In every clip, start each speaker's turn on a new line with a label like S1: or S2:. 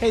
S1: Hey,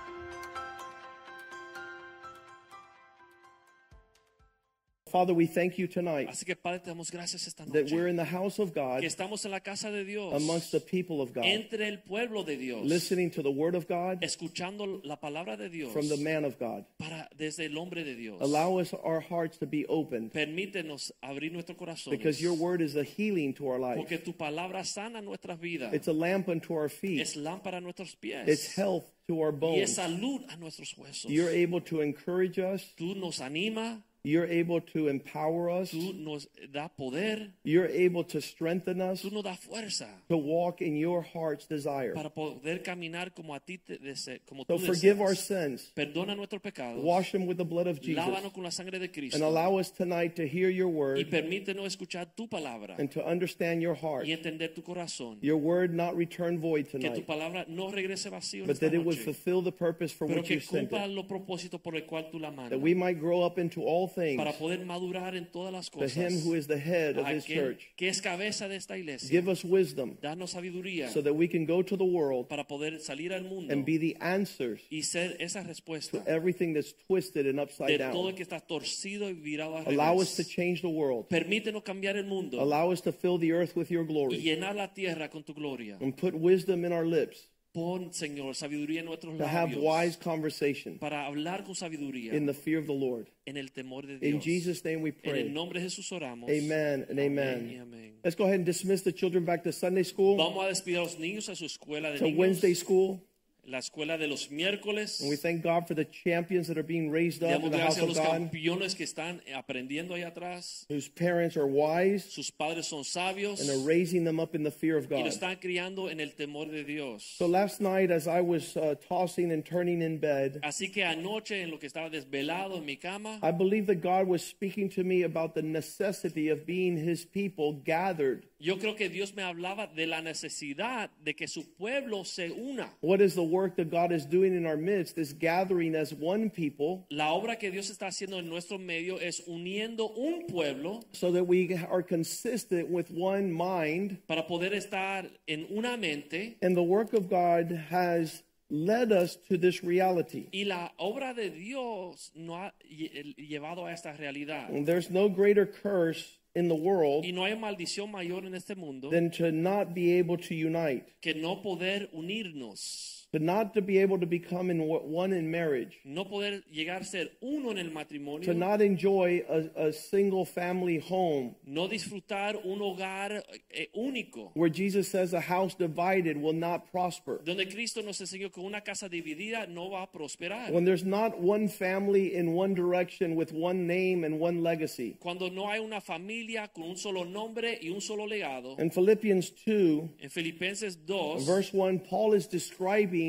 S2: Father, we thank you tonight
S3: Así que Padre, te damos gracias esta
S2: that we're
S3: noche.
S2: in the house of
S3: Que
S2: God
S3: estamos en la casa de Dios,
S2: amongst the people of God,
S3: entre el pueblo de Dios,
S2: listening to the word of God
S3: escuchando la palabra de Dios
S2: from the man of God.
S3: para desde el hombre de Dios.
S2: Allow us our hearts to be open
S3: Permítenos abrir nuestro corazón
S2: because your word is a healing to our life.
S3: porque tu palabra sana nuestras vidas,
S2: It's a lamp unto our
S3: es
S2: feet,
S3: lámpara a nuestros pies
S2: it's health to our
S3: y es
S2: bones.
S3: salud a nuestros huesos.
S2: You're able to encourage us,
S3: tú nos anima,
S2: you're able to empower us,
S3: tú nos da poder,
S2: you're able to strengthen us
S3: tú nos da fuerza
S2: to walk in your heart's desire.
S3: para poder caminar como a ti te dese- como
S2: So
S3: tú
S2: forgive
S3: deseas.
S2: our sins,
S3: Perdona nuestros pecados.
S2: wash them with the blood of Jesus,
S3: Lávanos con la sangre de Cristo.
S2: and allow us tonight to hear your
S3: y
S2: word.
S3: permítenos escuchar tu palabra
S2: and to understand your heart.
S3: y entender tu corazón.
S2: Your word not return void
S3: Que tu
S2: tonight,
S3: palabra no regrese vacío en
S2: but
S3: esta
S2: that it would
S3: noche,
S2: fulfill the purpose for
S3: pero
S2: which
S3: que
S2: you sent
S3: cumpla
S2: it.
S3: los propósitos por el cual tú la mandas
S2: That we might grow up into all things
S3: para poder madurar en todas las
S2: to
S3: cosas.
S2: Him who is the head of
S3: a
S2: His
S3: aquel
S2: church.
S3: que es cabeza de esta iglesia.
S2: Give us wisdom
S3: Danos sabiduría
S2: so that we can go to the world
S3: para poder salir al mundo
S2: and be the answers
S3: y ser esa respuesta
S2: to everything that's twisted and
S3: de
S2: upside
S3: todo el
S2: down.
S3: que está torcido y virado al
S2: Allow us
S3: revés.
S2: to change the world.
S3: Permítenos cambiar el mundo
S2: Allow us to fill the earth with your
S3: y
S2: glory.
S3: llenar la tierra con tu gloria.
S2: And put wisdom in our lips
S3: Pon, Señor, sabiduría en nuestros
S2: to have
S3: labios
S2: wise conversation
S3: para hablar con sabiduría
S2: in the fear of the Lord.
S3: en el temor de Dios.
S2: In Jesus' name we
S3: en el
S2: pray.
S3: nombre de Jesús oramos.
S2: Amen and amen.
S3: Amén y amén.
S2: Let's go ahead and dismiss the children back to Sunday school,
S3: Vamos a despedir a los niños a su escuela de
S2: to
S3: niños,
S2: Wednesday school.
S3: la escuela de los miércoles.
S2: And we thank God for the champions that are being raised
S3: Le
S2: up
S3: damos
S2: in the house
S3: gracias a
S2: of
S3: los
S2: God,
S3: campeones que están aprendiendo ahí atrás.
S2: whose parents are wise
S3: Sus padres son sabios
S2: and are raising them up in the fear of
S3: y lo
S2: God.
S3: están criando en el temor de Dios.
S2: So last night, as I was uh, tossing and turning in bed,
S3: Así que anoche en lo que estaba desvelado en mi cama,
S2: I believe that God was speaking to me about the necessity of being His people gathered.
S3: yo creo que Dios me hablaba de la necesidad de que su pueblo se una.
S2: What is the work that God is doing in our midst? This gathering as one people,
S3: La obra que Dios está haciendo en nuestro medio es uniendo un pueblo
S2: so that we are consistent with one mind.
S3: para poder estar en una mente
S2: And the work of God has led us to this reality.
S3: y la obra de Dios no ha lle- llevado a esta realidad.
S2: And there's no greater curse in the world
S3: Y no hay maldición mayor en este mundo
S2: than to not be able to unite,
S3: que no poder unirnos,
S2: to not to be able to become in what- one in marriage,
S3: no poder llegar a ser uno en el matrimonio,
S2: to not enjoy a, a single family home
S3: no disfrutar un hogar eh, único,
S2: where Jesus says a house divided will not prosper.
S3: donde Cristo nos enseñó que una casa dividida no va a prosperar.
S2: When there's not one family in one direction with one name and one legacy.
S3: Cuando no hay una familia con un solo nombre y un solo legado,
S2: In Philippians 2,
S3: en Filipenses 2,
S2: verse 1, Paul is describing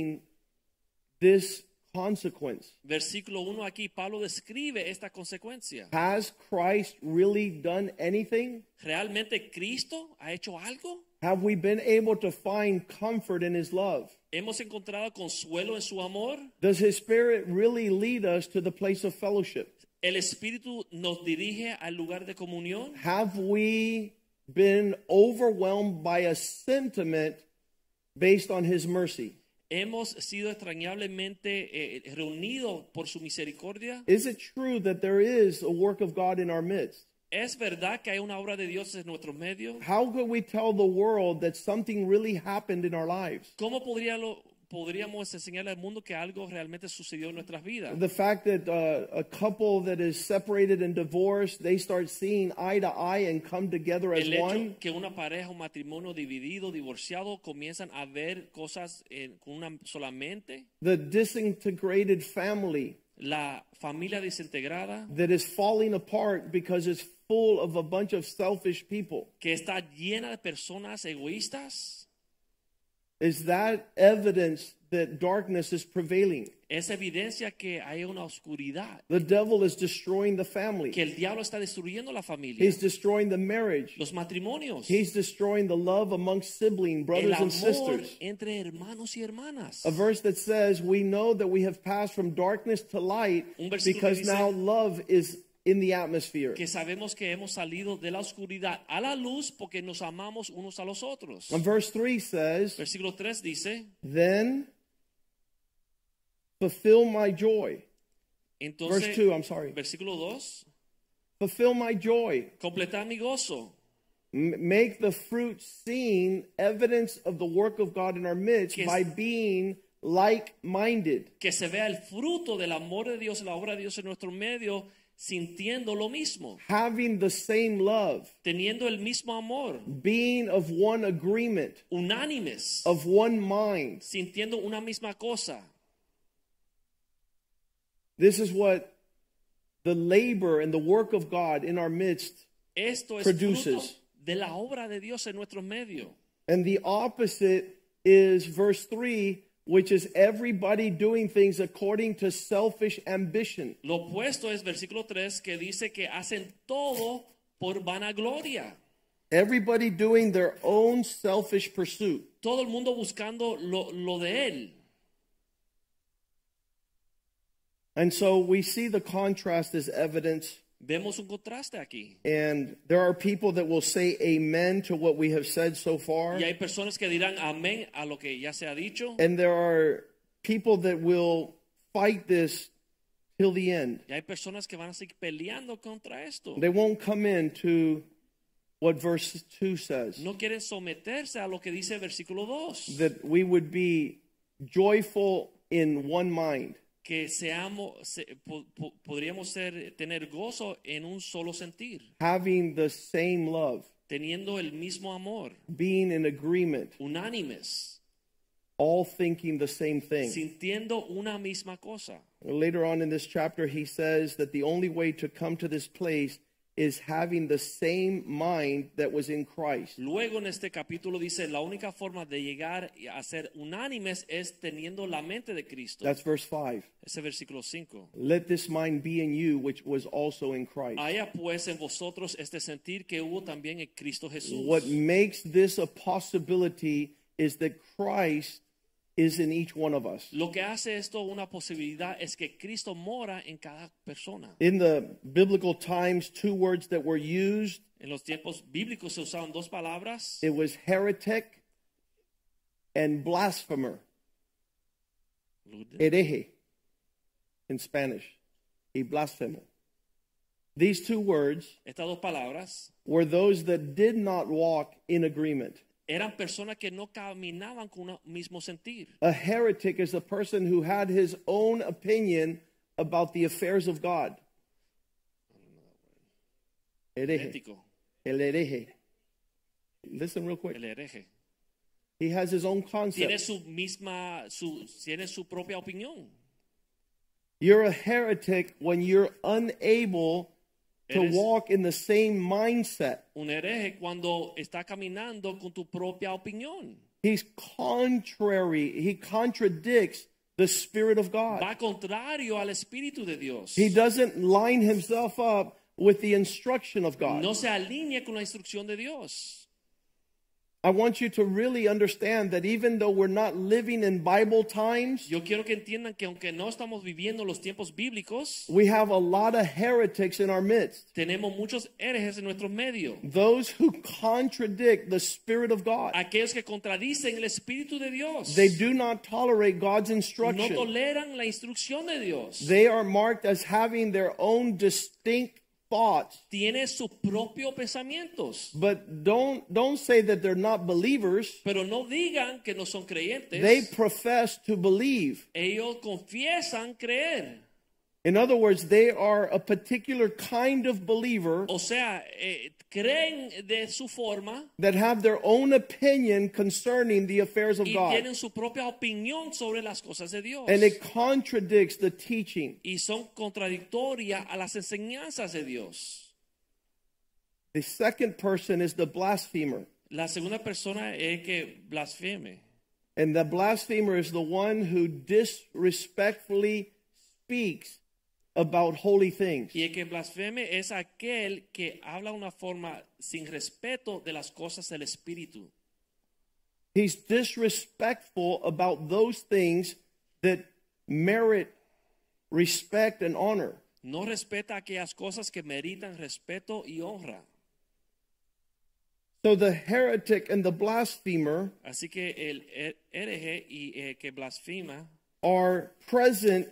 S2: this consequence.
S3: Versículo 1 aquí, Pablo describe esta consecuencia.
S2: Has Christ really done anything?
S3: ¿Realmente Cristo ha hecho algo?
S2: Have we been able to find comfort in his love?
S3: ¿Hemos encontrado consuelo en su amor?
S2: Does his spirit really lead us to the place of fellowship?
S3: ¿El Espíritu nos dirige al lugar de comunión?
S2: Have we been overwhelmed by a sentiment based on his mercy?
S3: ¿Hemos sido extrañablemente eh, reunidos por su misericordia?
S2: Is it true that there is a work of God in our midst?
S3: ¿Es verdad que hay una obra de Dios en nuestros medios?
S2: How could we tell the world that something really happened in our lives?
S3: ¿Cómo podría lo- podríamos enseñarle al mundo que algo realmente sucedió en nuestras vidas?
S2: The fact that uh, a couple that is separated and divorced, they start seeing eye to eye and come together as
S3: El
S2: one.
S3: hecho que una pareja, un matrimonio dividido, divorciado, comienzan a ver cosas eh, con una solamente,
S2: The disintegrated family
S3: la familia desintegrada,
S2: that is falling apart because it's full of a bunch of selfish people.
S3: que está llena de personas egoístas,
S2: Is that evidence that darkness is prevailing?
S3: Es evidencia que hay una oscuridad,
S2: The devil is destroying the family.
S3: que el diablo está destruyendo la familia,
S2: He's destroying the marriage.
S3: los matrimonios,
S2: He's destroying the love amongst sibling
S3: el
S2: brothers and
S3: amor
S2: sisters.
S3: entre hermanos y hermanas.
S2: A verse that says, "We know that we have passed from darkness to light
S3: Un versículo que
S2: because
S3: dice-
S2: now love is in the atmosphere."
S3: que sabemos que hemos salido de la oscuridad a la luz porque nos amamos unos a los otros.
S2: And verse 3 says,
S3: Versículo 3 dice,
S2: "Then fulfill my joy." Verse
S3: entonces,
S2: 2, I'm sorry.
S3: versículo 2,
S2: Fulfill my joy.
S3: completar mi gozo,
S2: M- Make the fruit seen evidence of the work of God in our midst
S3: Que-
S2: by being like-minded.
S3: que se vea el fruto del amor de Dios, la obra de Dios en nuestro medio, sintiendo lo mismo,
S2: having the same love,
S3: teniendo el mismo amor,
S2: being of one agreement,
S3: unánimes,
S2: of one mind.
S3: sintiendo una misma cosa.
S2: This is what the labor and the work of God in our midst.
S3: Esto es fruto
S2: Produces.
S3: de la obra de Dios en nuestro medio.
S2: And the opposite is verse 3, which is everybody doing things according to selfish ambition.
S3: Lo opuesto es versículo 3 que dice que hacen todo por vanagloria.
S2: Everybody doing their own selfish pursuit.
S3: todo el mundo buscando lo, lo de él.
S2: And so we see the contrast as evidence.
S3: Vemos un contraste aquí.
S2: And there are people that will say amen to what we have said so far.
S3: Y hay personas que dirán amén a lo que ya se ha dicho.
S2: And there are people that will fight this till the end.
S3: Y hay personas que van a seguir peleando contra esto.
S2: They won't come in to what verse 2 says
S3: No quieren someterse a lo que dice el versículo 2.
S2: that we would be joyful in one mind.
S3: Que seamos, se- po- po- podríamos ser, tener gozo en un solo sentir.
S2: Having the same love,
S3: Teniendo el mismo amor.
S2: being in agreement,
S3: Unánimes.
S2: all thinking the same thing.
S3: Sintiendo una misma cosa.
S2: Later on in this chapter, he says that the only way to come to this place is having the same mind that was in Christ.
S3: Luego en este capítulo dice, la única forma de llegar a ser unánimes es teniendo la mente de Cristo.
S2: That's verse 5.
S3: Ese versículo 5.
S2: Let this mind be in you, which was also in Christ.
S3: Haya pues en vosotros este sentir que hubo también en Cristo Jesús.
S2: What makes this a possibility is that Christ is in each one of us.
S3: Lo que hace esto una posibilidad es que Cristo mora en cada persona.
S2: In the biblical times, two words that were used
S3: En los tiempos bíblicos se usaban dos palabras,
S2: it was heretic and blasphemer, hereje in Spanish, a blasphemer. These two words
S3: estas dos palabras
S2: were those that did not walk in agreement.
S3: eran personas que no caminaban con un mismo sentir.
S2: A heretic is a person who had his own opinion about the affairs of God. Hereje.
S3: Ético,
S2: El hereje. Listen real
S3: el
S2: quick.
S3: hereje.
S2: He has his own
S3: Tiene
S2: concept.
S3: su misma, su, tiene su propia opinión.
S2: You're a heretic when you're unable to
S3: Eres-
S2: walk in the same mindset.
S3: un hereje cuando está caminando con tu propia opinión.
S2: He's contrary. He contradicts the Spirit of God.
S3: Va contrario al Espíritu de Dios.
S2: He doesn't line himself up with the instruction of God.
S3: No se alinea con la instrucción de Dios.
S2: I want you to really understand that even though we're not living in Bible times,
S3: Yo quiero que entiendan que aunque no estamos viviendo los tiempos bíblicos,
S2: we have a lot of heretics in our midst.
S3: tenemos muchos herejes en nuestro medio.
S2: Those who contradict the Spirit of God.
S3: Aquellos que contradicen el Espíritu de Dios.
S2: They do not tolerate God's
S3: No
S2: instruction.
S3: toleran la instrucción de Dios.
S2: They are marked as having their own distinct thoughts.
S3: Tiene sus propios pensamientos.
S2: But don't don't say that they're not believers.
S3: Pero no digan que no son creyentes.
S2: They profess to believe.
S3: Ellos confiesan creer.
S2: In other words, they are a particular kind of believer
S3: O sea, eh, creen de su forma
S2: that have their own opinion concerning the affairs of
S3: y
S2: God.
S3: tienen su propia opinión sobre las cosas de Dios.
S2: and it contradicts the teaching.
S3: y son contradictorias a las enseñanzas de Dios.
S2: The second person is the blasphemer.
S3: La segunda persona es que blasfeme.
S2: And the blasphemer is the one who disrespectfully speaks about holy things.
S3: Y el que blasfeme es aquel que habla una forma sin respeto de las cosas del Espíritu.
S2: He's disrespectful about those things that merit respect and honor.
S3: No respeta aquellas cosas que meritan respeto y honra.
S2: So the heretic and the blasphemer
S3: Así que el her- hereje y el que blasfema
S2: are present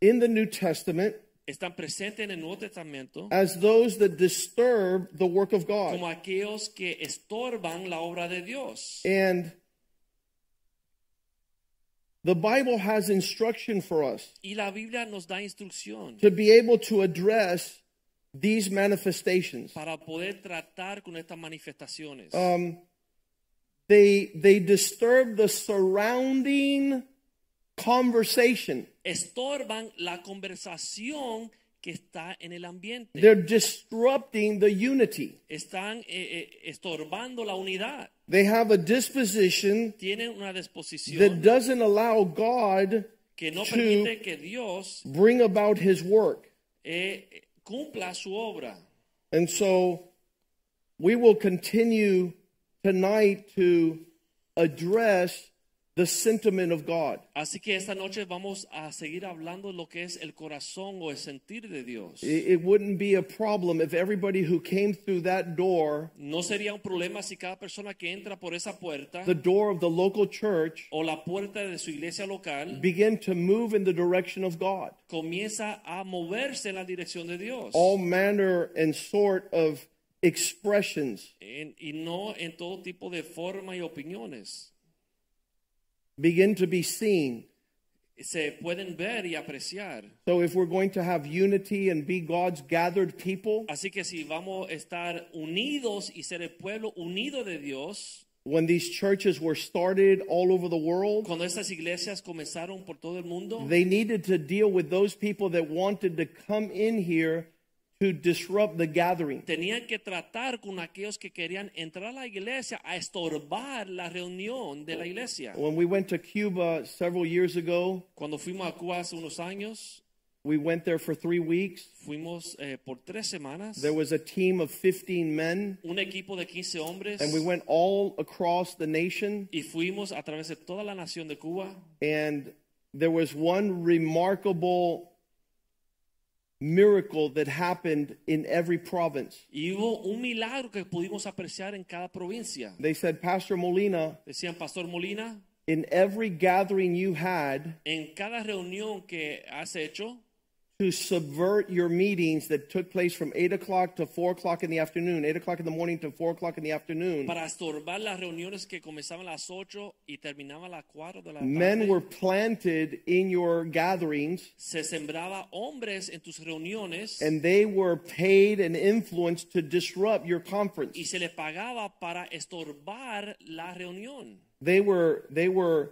S2: in the New Testament
S3: están presentes en el Nuevo Testamento
S2: as those that disturb the work of God.
S3: como aquellos que estorban la obra de Dios.
S2: And the Bible has instruction for us
S3: Y la Biblia nos da instrucción
S2: to be able to address these manifestations.
S3: para poder tratar con estas manifestaciones.
S2: Um, they they disturb the surrounding conversation.
S3: estorban la conversación que está en el ambiente.
S2: They're disrupting the unity.
S3: Están eh, eh, estorbando la unidad.
S2: They have a disposition
S3: Tienen una
S2: that
S3: disposición
S2: doesn't allow God
S3: que no
S2: to-
S3: permite que Dios
S2: bring about His work,
S3: eh, eh, cumpla su obra.
S2: and so we will continue tonight to address the sentiment of God.
S3: Así que esta noche vamos a seguir hablando de lo que es el corazón o el sentir de Dios.
S2: It it wouldn't be a problem if everybody who came through that door,
S3: No sería un problema si cada persona que entra por esa puerta
S2: the door of the local church,
S3: o la puerta de su iglesia local
S2: begin to move in the direction of God.
S3: comienza a moverse en la dirección de Dios.
S2: All manner and sort of expressions
S3: en- y no en todo tipo de forma y opiniones.
S2: begin to be seen.
S3: Se pueden ver y apreciar.
S2: So, if we're going to have unity and be God's gathered people,
S3: Así que si vamos a estar unidos y ser el pueblo unido de Dios,
S2: when these churches were started all over the world,
S3: cuando estas iglesias comenzaron por todo el mundo,
S2: they needed to deal with those people that wanted to come in here to disrupt the gathering.
S3: tenían que tratar con aquellos que querían entrar a la iglesia a estorbar la reunión de la iglesia.
S2: When we went to Cuba several years ago,
S3: Cuando fuimos a Cuba hace unos años,
S2: we went there for three weeks.
S3: fuimos eh, por tres semanas,
S2: There was a team of 15 men,
S3: un equipo de 15 hombres,
S2: and we went all across the nation.
S3: y fuimos a través de toda la nación de Cuba.
S2: And there was one remarkable miracle that happened in every province.
S3: Y hubo un milagro que pudimos apreciar en cada provincia.
S2: They said, Pastor Molina,
S3: Decían, Pastor Molina,
S2: in every gathering you had
S3: en cada reunión que has hecho,
S2: to subvert your meetings that took place from 8 o'clock to 4 o'clock in the afternoon, 8 o'clock in the morning to 4 o'clock in the afternoon,
S3: para estorbar las reuniones que comenzaban a las 8 y terminaban a las 4 de la tarde,
S2: men were planted in your gatherings
S3: se sembraba hombres en tus reuniones
S2: and they were paid and influenced to disrupt your
S3: y
S2: conference.
S3: se les pagaba para estorbar la reunión.
S2: They were, they were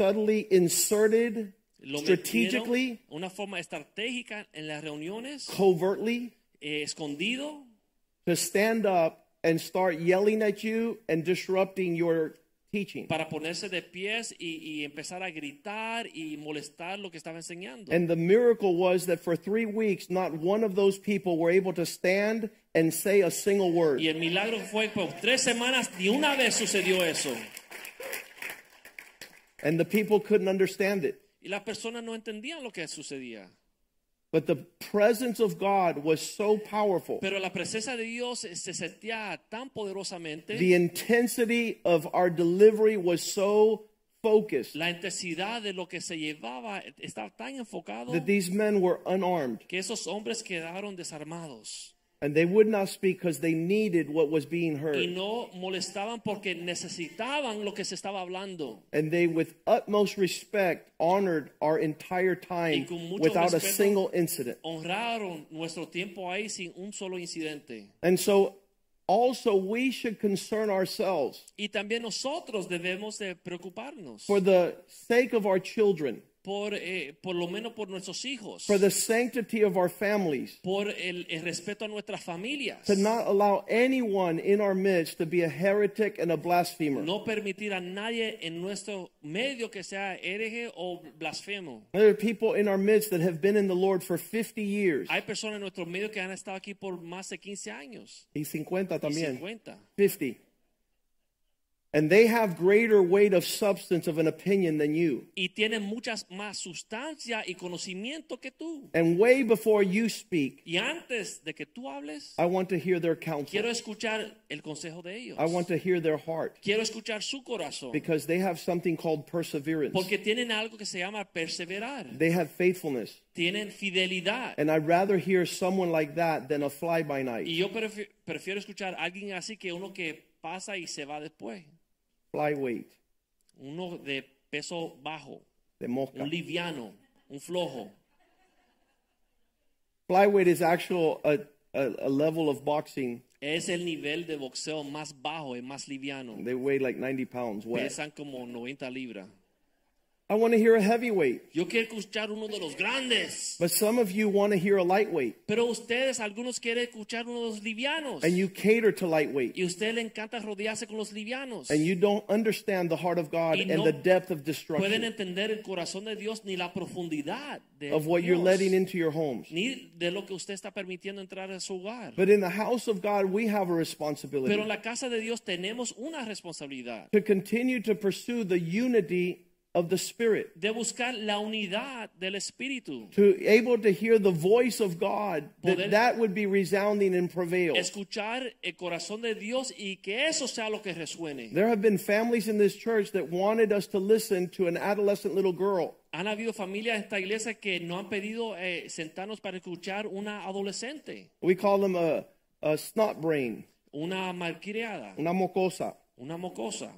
S2: subtly inserted
S3: Lo
S2: strategically.
S3: metieron una forma estratégica en las reuniones,
S2: covertly
S3: eh, escondido,
S2: to stand up and start yelling at you and disrupting your teaching.
S3: para ponerse de pies y, y empezar a gritar y molestar lo que estaba enseñando.
S2: And the miracle was that for three weeks, not one of those people were able to stand and say a single word.
S3: Y el milagro fue por tres semanas ni una vez sucedió eso.
S2: And the people couldn't understand it.
S3: Y las personas no entendían lo que sucedía.
S2: But the presence of God was so powerful.
S3: Pero la presencia de Dios se sentía tan poderosamente.
S2: The intensity of our delivery was so focused
S3: la intensidad de lo que se llevaba estaba tan enfocado
S2: that these men were unarmed
S3: que esos hombres quedaron desarmados
S2: and they would not speak because they needed what was being
S3: y
S2: heard.
S3: no molestaban porque necesitaban lo que se estaba hablando.
S2: And they, with utmost respect, honored our entire
S3: Y
S2: time
S3: con mucho
S2: without a
S3: respeto.
S2: single incident.
S3: Honraron nuestro tiempo ahí sin un solo incidente.
S2: And so, also, we should concern ourselves
S3: Y también nosotros debemos de preocuparnos
S2: for the sake of our children,
S3: por, eh, por lo menos por nuestros hijos,
S2: for the sanctity of our families,
S3: por el, el respeto a nuestras familias.
S2: to not allow anyone in our midst to be a heretic and a blasphemer.
S3: No permitir a nadie en nuestro medio que sea hereje o blasfemo.
S2: There are people in our midst that have been in the Lord for 50 years.
S3: Hay personas en nuestro medio que han estado aquí por más de 15 años.
S2: Y 50
S3: y
S2: también.
S3: 50.
S2: 50. And they have greater weight of substance of an opinion than you.
S3: Y tienen muchas más sustancia y conocimiento que tú.
S2: And way before you speak,
S3: Y antes de que tú hables,
S2: I want to hear their counsel.
S3: quiero escuchar el consejo de ellos.
S2: I want to hear their heart
S3: Quiero escuchar su corazón.
S2: because they have something called perseverance.
S3: Porque tienen algo que se llama perseverar.
S2: They have faithfulness.
S3: Tienen fidelidad.
S2: And I'd rather hear someone like that than a fly by
S3: Y
S2: night.
S3: yo prefi- prefiero escuchar a alguien así que uno que pasa y se va después.
S2: Flyweight.
S3: Uno de peso bajo,
S2: De mosca.
S3: un liviano, un flojo.
S2: Flyweight is actual a, a, a level of boxing.
S3: Es el nivel de boxeo más bajo, es más liviano.
S2: They weigh like 90 pounds. Wet.
S3: Pesan como 90 libras.
S2: I want to hear a heavyweight.
S3: Yo quiero escuchar uno de los grandes.
S2: But some of you want to hear a lightweight.
S3: Pero ustedes, algunos quieren escuchar uno de los livianos.
S2: And you cater to lightweight.
S3: y a usted le encanta rodearse con los livianos.
S2: and you don't understand the heart of God
S3: Y
S2: and
S3: no
S2: the depth of
S3: Pueden
S2: destruction
S3: entender el corazón de Dios ni la profundidad de
S2: of what you're
S3: Dios,
S2: letting into your homes.
S3: ni de lo que usted está permitiendo entrar a su hogar.
S2: But in the house of God, we have a
S3: Pero en
S2: responsibility
S3: la casa de Dios tenemos una responsabilidad
S2: to continue to pursue the unity of the Spirit,
S3: de buscar la unidad del Espíritu.
S2: to able to hear the voice of God,
S3: Poder-
S2: that that would be resounding and prevail.
S3: Escuchar el corazón de Dios y que eso sea lo que resuene.
S2: There have been families in this church that wanted us to listen to an adolescent little girl.
S3: Han habido familias en esta iglesia que no han pedido eh, sentarnos para escuchar una adolescente,
S2: We call them a, a snot brain,
S3: una malcriada,
S2: una mocosa.
S3: una mocosa.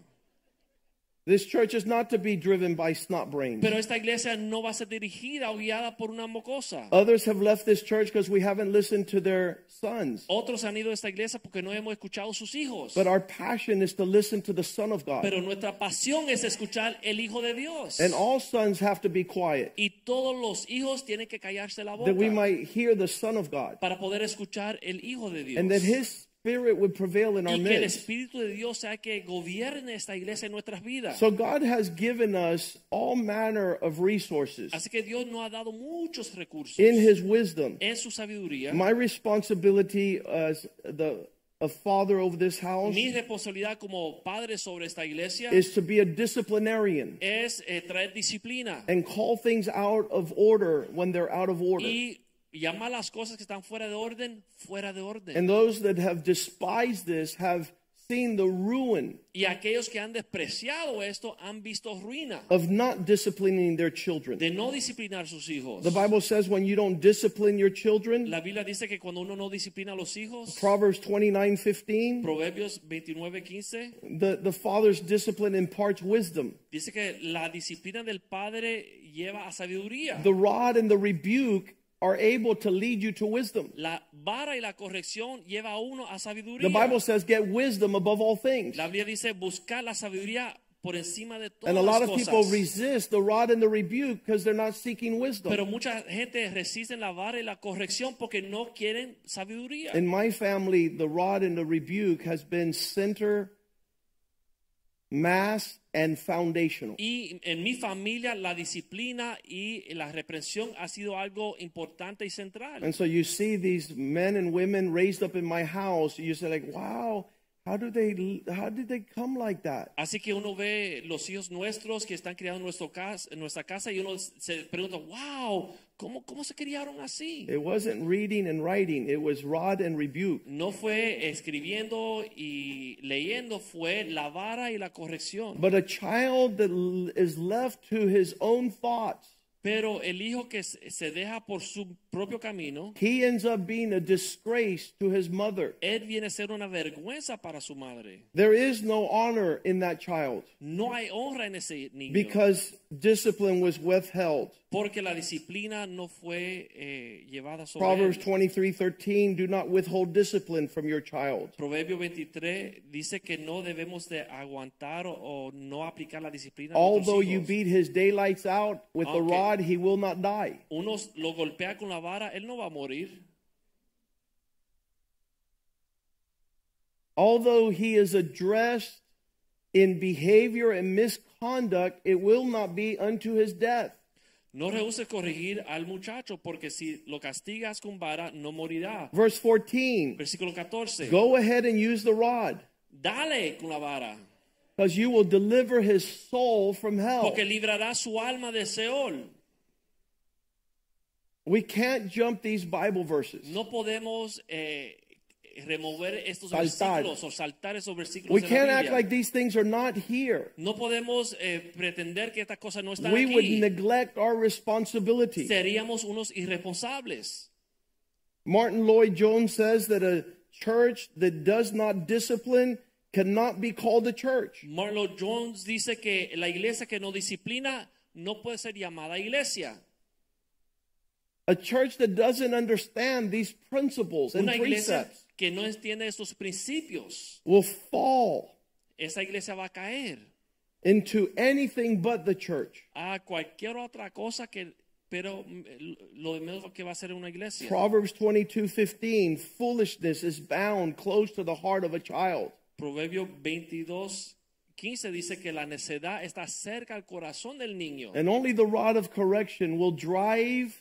S2: This church is not to be driven by snot brains.
S3: Pero esta iglesia no va a ser dirigida o guiada por una mocosa.
S2: Others have left this church because we haven't listened to their sons.
S3: Otros han ido a esta iglesia porque no hemos escuchado sus hijos.
S2: But our passion is to listen to the Son of God.
S3: Pero nuestra pasión es escuchar el Hijo de Dios.
S2: And all sons have to be quiet
S3: Y todos los hijos tienen que callarse la boca
S2: that we might hear the Son of God
S3: para poder escuchar el Hijo de Dios.
S2: and that His Spirit would prevail in our
S3: y que el
S2: midst.
S3: Espíritu de Dios sea que gobierne esta iglesia en nuestras vidas.
S2: So God has given us all manner of resources
S3: Así que Dios nos ha dado muchos recursos
S2: in His wisdom.
S3: en su sabiduría.
S2: My responsibility as the a father over this house
S3: Mi responsabilidad como padre sobre esta iglesia
S2: is to be a disciplinarian
S3: es eh, traer disciplina
S2: and call things out of order when they're out of order.
S3: y llamar las cosas que están fuera de orden, fuera de orden.
S2: And those that have despised this have seen the ruin
S3: Y aquellos que han despreciado esto han visto ruina
S2: of not disciplining their children.
S3: de no disciplinar sus hijos.
S2: The Bible says when you don't discipline your children,
S3: La Biblia dice que cuando uno no disciplina a los hijos,
S2: Proverbs 29 15,
S3: Proverbios 29:15
S2: the, the father's discipline imparts wisdom.
S3: dice que la disciplina del padre lleva a sabiduría.
S2: The rod and the rebuke are able to lead you to wisdom.
S3: La vara y la corrección lleva a uno a
S2: The
S3: sabiduría.
S2: Bible says, get wisdom above all things.
S3: la Biblia dice buscar la sabiduría por encima de todas
S2: And a lot
S3: las
S2: of people
S3: cosas.
S2: resist the rod and the rebuke because they're not seeking
S3: Pero
S2: wisdom.
S3: mucha gente resiste la vara y la corrección porque no quieren sabiduría.
S2: In my family, the rod and the rebuke has been center, mass, and foundational.
S3: Y en mi familia la disciplina y la reprensión ha sido algo importante y central.
S2: And so you see these men and women raised up in my house. You say like, wow, how do they? How did they come like that?
S3: Así que uno ve los hijos nuestros que están criados en, nuestro cas- en nuestra casa y uno se pregunta, wow, ¿cómo, cómo se criaron así?
S2: It wasn't reading and writing. It was rod and rebuke.
S3: No fue escribiendo y leyendo, fue la vara y la corrección.
S2: But a child that l- is left to his own thoughts,
S3: Pero el hijo que se se deja por su propio camino,
S2: he ends up being a disgrace to his mother.
S3: él viene a ser una vergüenza para su madre.
S2: There is no honor in that child
S3: No hay honra en ese niño.
S2: because discipline was withheld.
S3: porque la disciplina no fue eh, llevada sobre
S2: Proverbs
S3: él.
S2: 23:13, do not withhold discipline from your child.
S3: Proverbio 23 dice que no debemos de aguantar o, o no aplicar la disciplina. a nuestros
S2: Although you
S3: hijos.
S2: beat his daylights out with the
S3: Okay.
S2: rod, he will not die.
S3: Uno lo golpea con la vara, él no va a morir.
S2: Although he is addressed in behavior and misconduct, it will not be unto his death.
S3: No rehúses corregir al muchacho porque si lo castigas con vara no morirá.
S2: Verse 14,
S3: Versículo 14.
S2: go ahead and use the rod,
S3: Dale con la vara
S2: because you will deliver his soul from hell.
S3: porque librará su alma de Seol.
S2: We can't jump these Bible verses.
S3: No podemos eh, remover estos
S2: Saltar.
S3: versículos o saltar esos versículos.
S2: We
S3: en la
S2: can't act
S3: Biblia.
S2: like these things are not here.
S3: no podemos eh, pretender que estas cosas no están
S2: We would
S3: aquí.
S2: neglect our responsibility.
S3: Seríamos unos irresponsables.
S2: Martin Lloyd Jones says that a church that does not discipline cannot be called a church.
S3: Marlo Jones dice que la iglesia que no disciplina no puede ser llamada iglesia.
S2: A church that doesn't understand these principles and
S3: Una iglesia
S2: precepts
S3: que no entiende estos principios,
S2: will fall
S3: esa iglesia va a caer
S2: into anything but the church.
S3: a cualquier otra cosa que, pero mm, lo de menos que va a ser una iglesia.
S2: Proverbs 22:15 foolishness is bound close to the heart of a child.
S3: Proverbio 22, 15 dice que la necedad está cerca al corazón del niño.
S2: And only the rod of correction will drive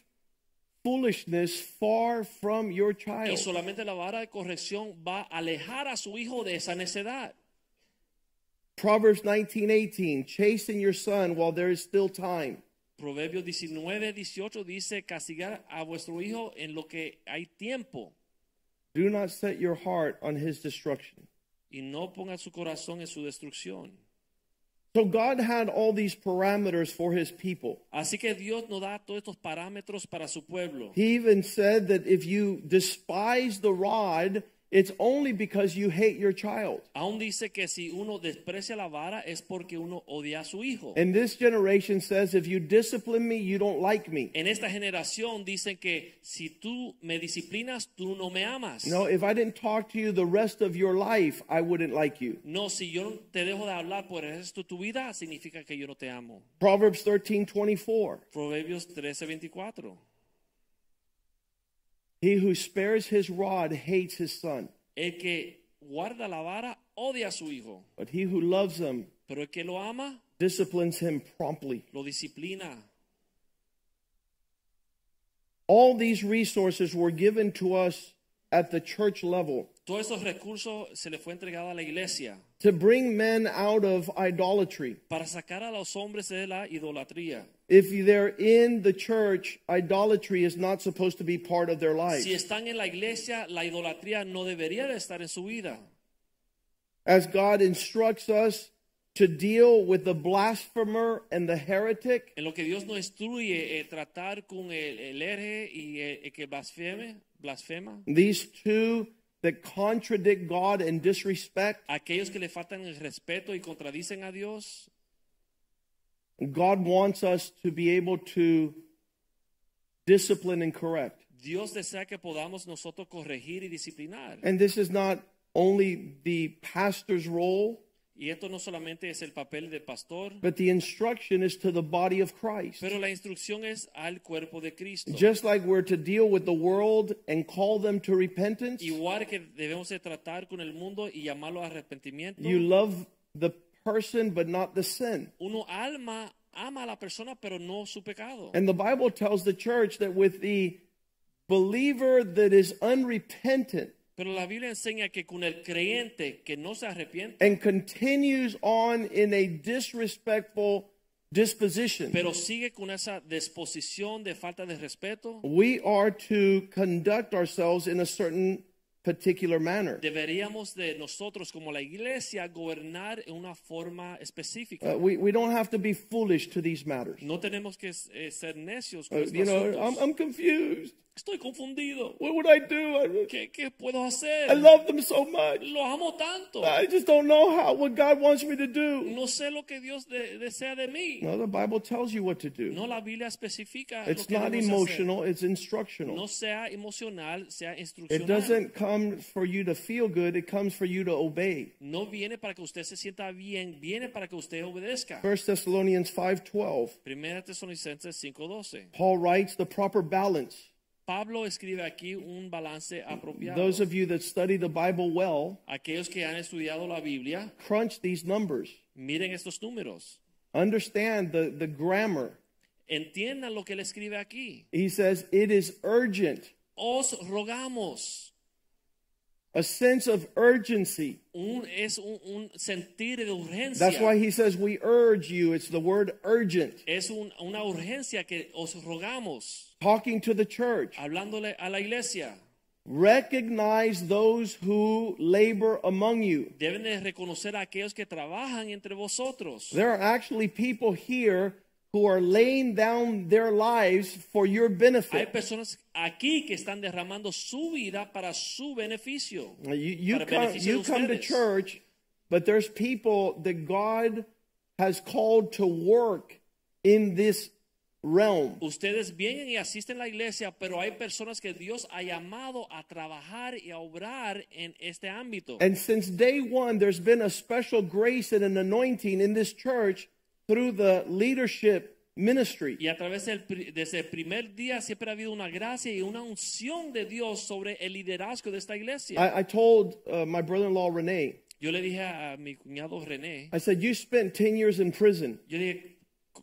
S2: foolishness far from your
S3: Y
S2: child.
S3: solamente la vara de corrección va a alejar a su hijo de esa necedad.
S2: Proverbs 19:18 chasten your son while there is still time.
S3: Proverbios 19, 18 dice, castigar a vuestro hijo en lo que hay tiempo
S2: Do not set your heart on his destruction.
S3: y no ponga su corazón en su destrucción.
S2: So God had all these parameters for his people.
S3: Así que Dios nos da todos estos parámetros para su pueblo.
S2: He even said that if you despise the rod, it's only because you hate your child.
S3: Aún dice que si uno desprecia la vara es porque uno odia a su hijo.
S2: And this generation says if you discipline me, you don't like me.
S3: En esta generación dicen que si tú me disciplinas, tú no me amas.
S2: No, eh. if I didn't talk to you the rest of your life, I wouldn't like you.
S3: No, si yo no te dejo de hablar por el resto de tu vida, significa que yo no te amo.
S2: Proverbs 13:24.
S3: Proverbios 13, 24.
S2: He who spares his rod hates his son,
S3: El que guarda la vara odia a su hijo,
S2: but he who loves him
S3: pero el que lo ama
S2: disciplines him promptly.
S3: lo disciplina.
S2: All these resources were given to us at the church level
S3: Todos esos recursos se le fue entregado a la iglesia
S2: to bring men out of idolatry.
S3: para sacar a los hombres de la idolatría.
S2: If they're in the church, idolatry is not supposed to be part of their life.
S3: Si están en la iglesia, la idolatría no debería de estar en su vida.
S2: As God instructs us to deal with the blasphemer and the heretic,
S3: En lo que Dios nos instruye eh, tratar con el, el hereje y eh, el que blasfeme, blasfema,
S2: these two that contradict God and disrespect,
S3: aquellos que le faltan el respeto y contradicen a Dios,
S2: God wants us to be able to discipline and correct.
S3: Dios desea que podamos nosotros corregir y disciplinar.
S2: And this is not only the pastor's role,
S3: Y esto no solamente es el papel del pastor,
S2: but the instruction is to the body of Christ.
S3: pero la instrucción es al cuerpo de Cristo.
S2: Just like we're to deal with the world and call them to repentance,
S3: Igual que debemos de tratar con el mundo y llamarlo a arrepentimiento.
S2: you love the person but not the sin.
S3: Uno alma ama a la persona, pero no su pecado.
S2: And the Bible tells the church that with the believer that is unrepentant
S3: Pero la Biblia enseña que con el creyente que no se arrepiente,
S2: and continues on in a disrespectful disposition,
S3: pero sigue con esa disposición de falta de respeto.
S2: we are to conduct ourselves in a certain particular manner.
S3: Deberíamos de nosotros como la iglesia gobernar en una forma específica.
S2: Uh, we, we don't have to be foolish to these matters.
S3: No tenemos que eh, ser necios con
S2: Uh,
S3: estos
S2: you know,
S3: asuntos.
S2: I'm, I'm confused.
S3: Estoy confundido.
S2: What would I do?
S3: ¿Qué, qué puedo
S2: I, I
S3: hacer?
S2: love them so much.
S3: Lo amo tanto.
S2: I just don't know how what God wants me to do.
S3: No sé lo que Dios de- desea de mí.
S2: No, the Bible tells you what to do.
S3: No, la Biblia especifica lo
S2: It's
S3: que
S2: not
S3: debemos hacer.
S2: emotional, it's
S3: No
S2: instructional.
S3: sea emocional, sea
S2: It
S3: instruccional.
S2: doesn't come for you to feel good, it comes for you to obey.
S3: No viene para que usted se sienta bien, viene para que usted obedezca.
S2: 1 Thessalonians 5:12.
S3: Primera Tesalonicenses 5:12.
S2: Paul writes the proper balance.
S3: Pablo escribe aquí un balance apropiado.
S2: Those of you that study the Bible well,
S3: Aquellos que han estudiado la Biblia,
S2: crunch these numbers.
S3: miren estos números.
S2: Understand the, the grammar.
S3: Entiendan lo que él escribe aquí.
S2: He says, It is urgent,
S3: Os rogamos.
S2: a sense of urgency.
S3: Un, es un, un sentir de urgencia.
S2: That's why he says, We urge you. It's the word urgent.
S3: es un- una urgencia que os rogamos.
S2: Talking to the church.
S3: Hablándole a la iglesia.
S2: Recognize those who labor among you.
S3: Deben de reconocer a aquellos que trabajan entre vosotros.
S2: There are actually people here who are laying down their lives for your
S3: Hay
S2: benefit.
S3: personas aquí que están derramando su vida para su beneficio.
S2: You, you,
S3: para
S2: come,
S3: beneficio de
S2: you come to
S3: ustedes.
S2: church, but there's people that God has called to work in this realm.
S3: Ustedes vienen y asisten a la iglesia, pero hay personas que Dios ha llamado a trabajar y a obrar en este ámbito.
S2: And since day one, there's been a special grace and an anointing in this church through the leadership ministry.
S3: Y a través del, pri- desde el primer día siempre ha habido una gracia y una unción de Dios sobre el liderazgo de esta iglesia.
S2: I, I told uh, my brother in law, Renee,
S3: Yo le dije a mi cuñado René,
S2: I said, You spent 10 years in prison.
S3: yo le dije,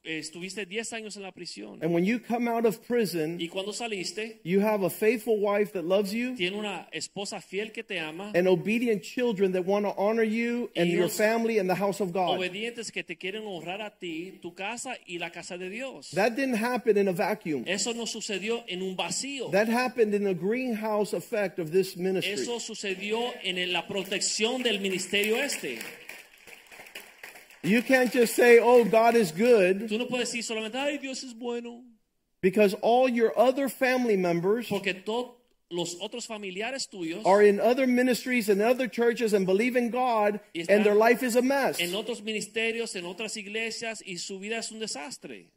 S3: eh, estuviste 10 años en la prisión
S2: And when you come out of prison,
S3: y cuando saliste,
S2: you have a faithful wife that loves you
S3: tiene una esposa fiel que te ama,
S2: and obedient children that want to honor you and
S3: Y
S2: your
S3: unos-
S2: family and the house of
S3: Oh,
S2: God.
S3: obedientes que te quieren honrar a ti, tu casa y la casa de Dios.
S2: That didn't happen in a vacuum.
S3: Eso no sucedió en un vacío.
S2: That happened in the greenhouse effect of this ministry.
S3: Eso sucedió en el- la protección del ministerio este.
S2: You can't just say, oh, God is good,
S3: Tú no puedes decir solamente, ay, Dios es bueno,
S2: because all your other family members
S3: porque todos los otros familiares tuyos
S2: are in other ministries and other churches and believe in God,
S3: Y están
S2: and their life is a mess.
S3: en otros ministerios, en otras iglesias, y su vida es un desastre.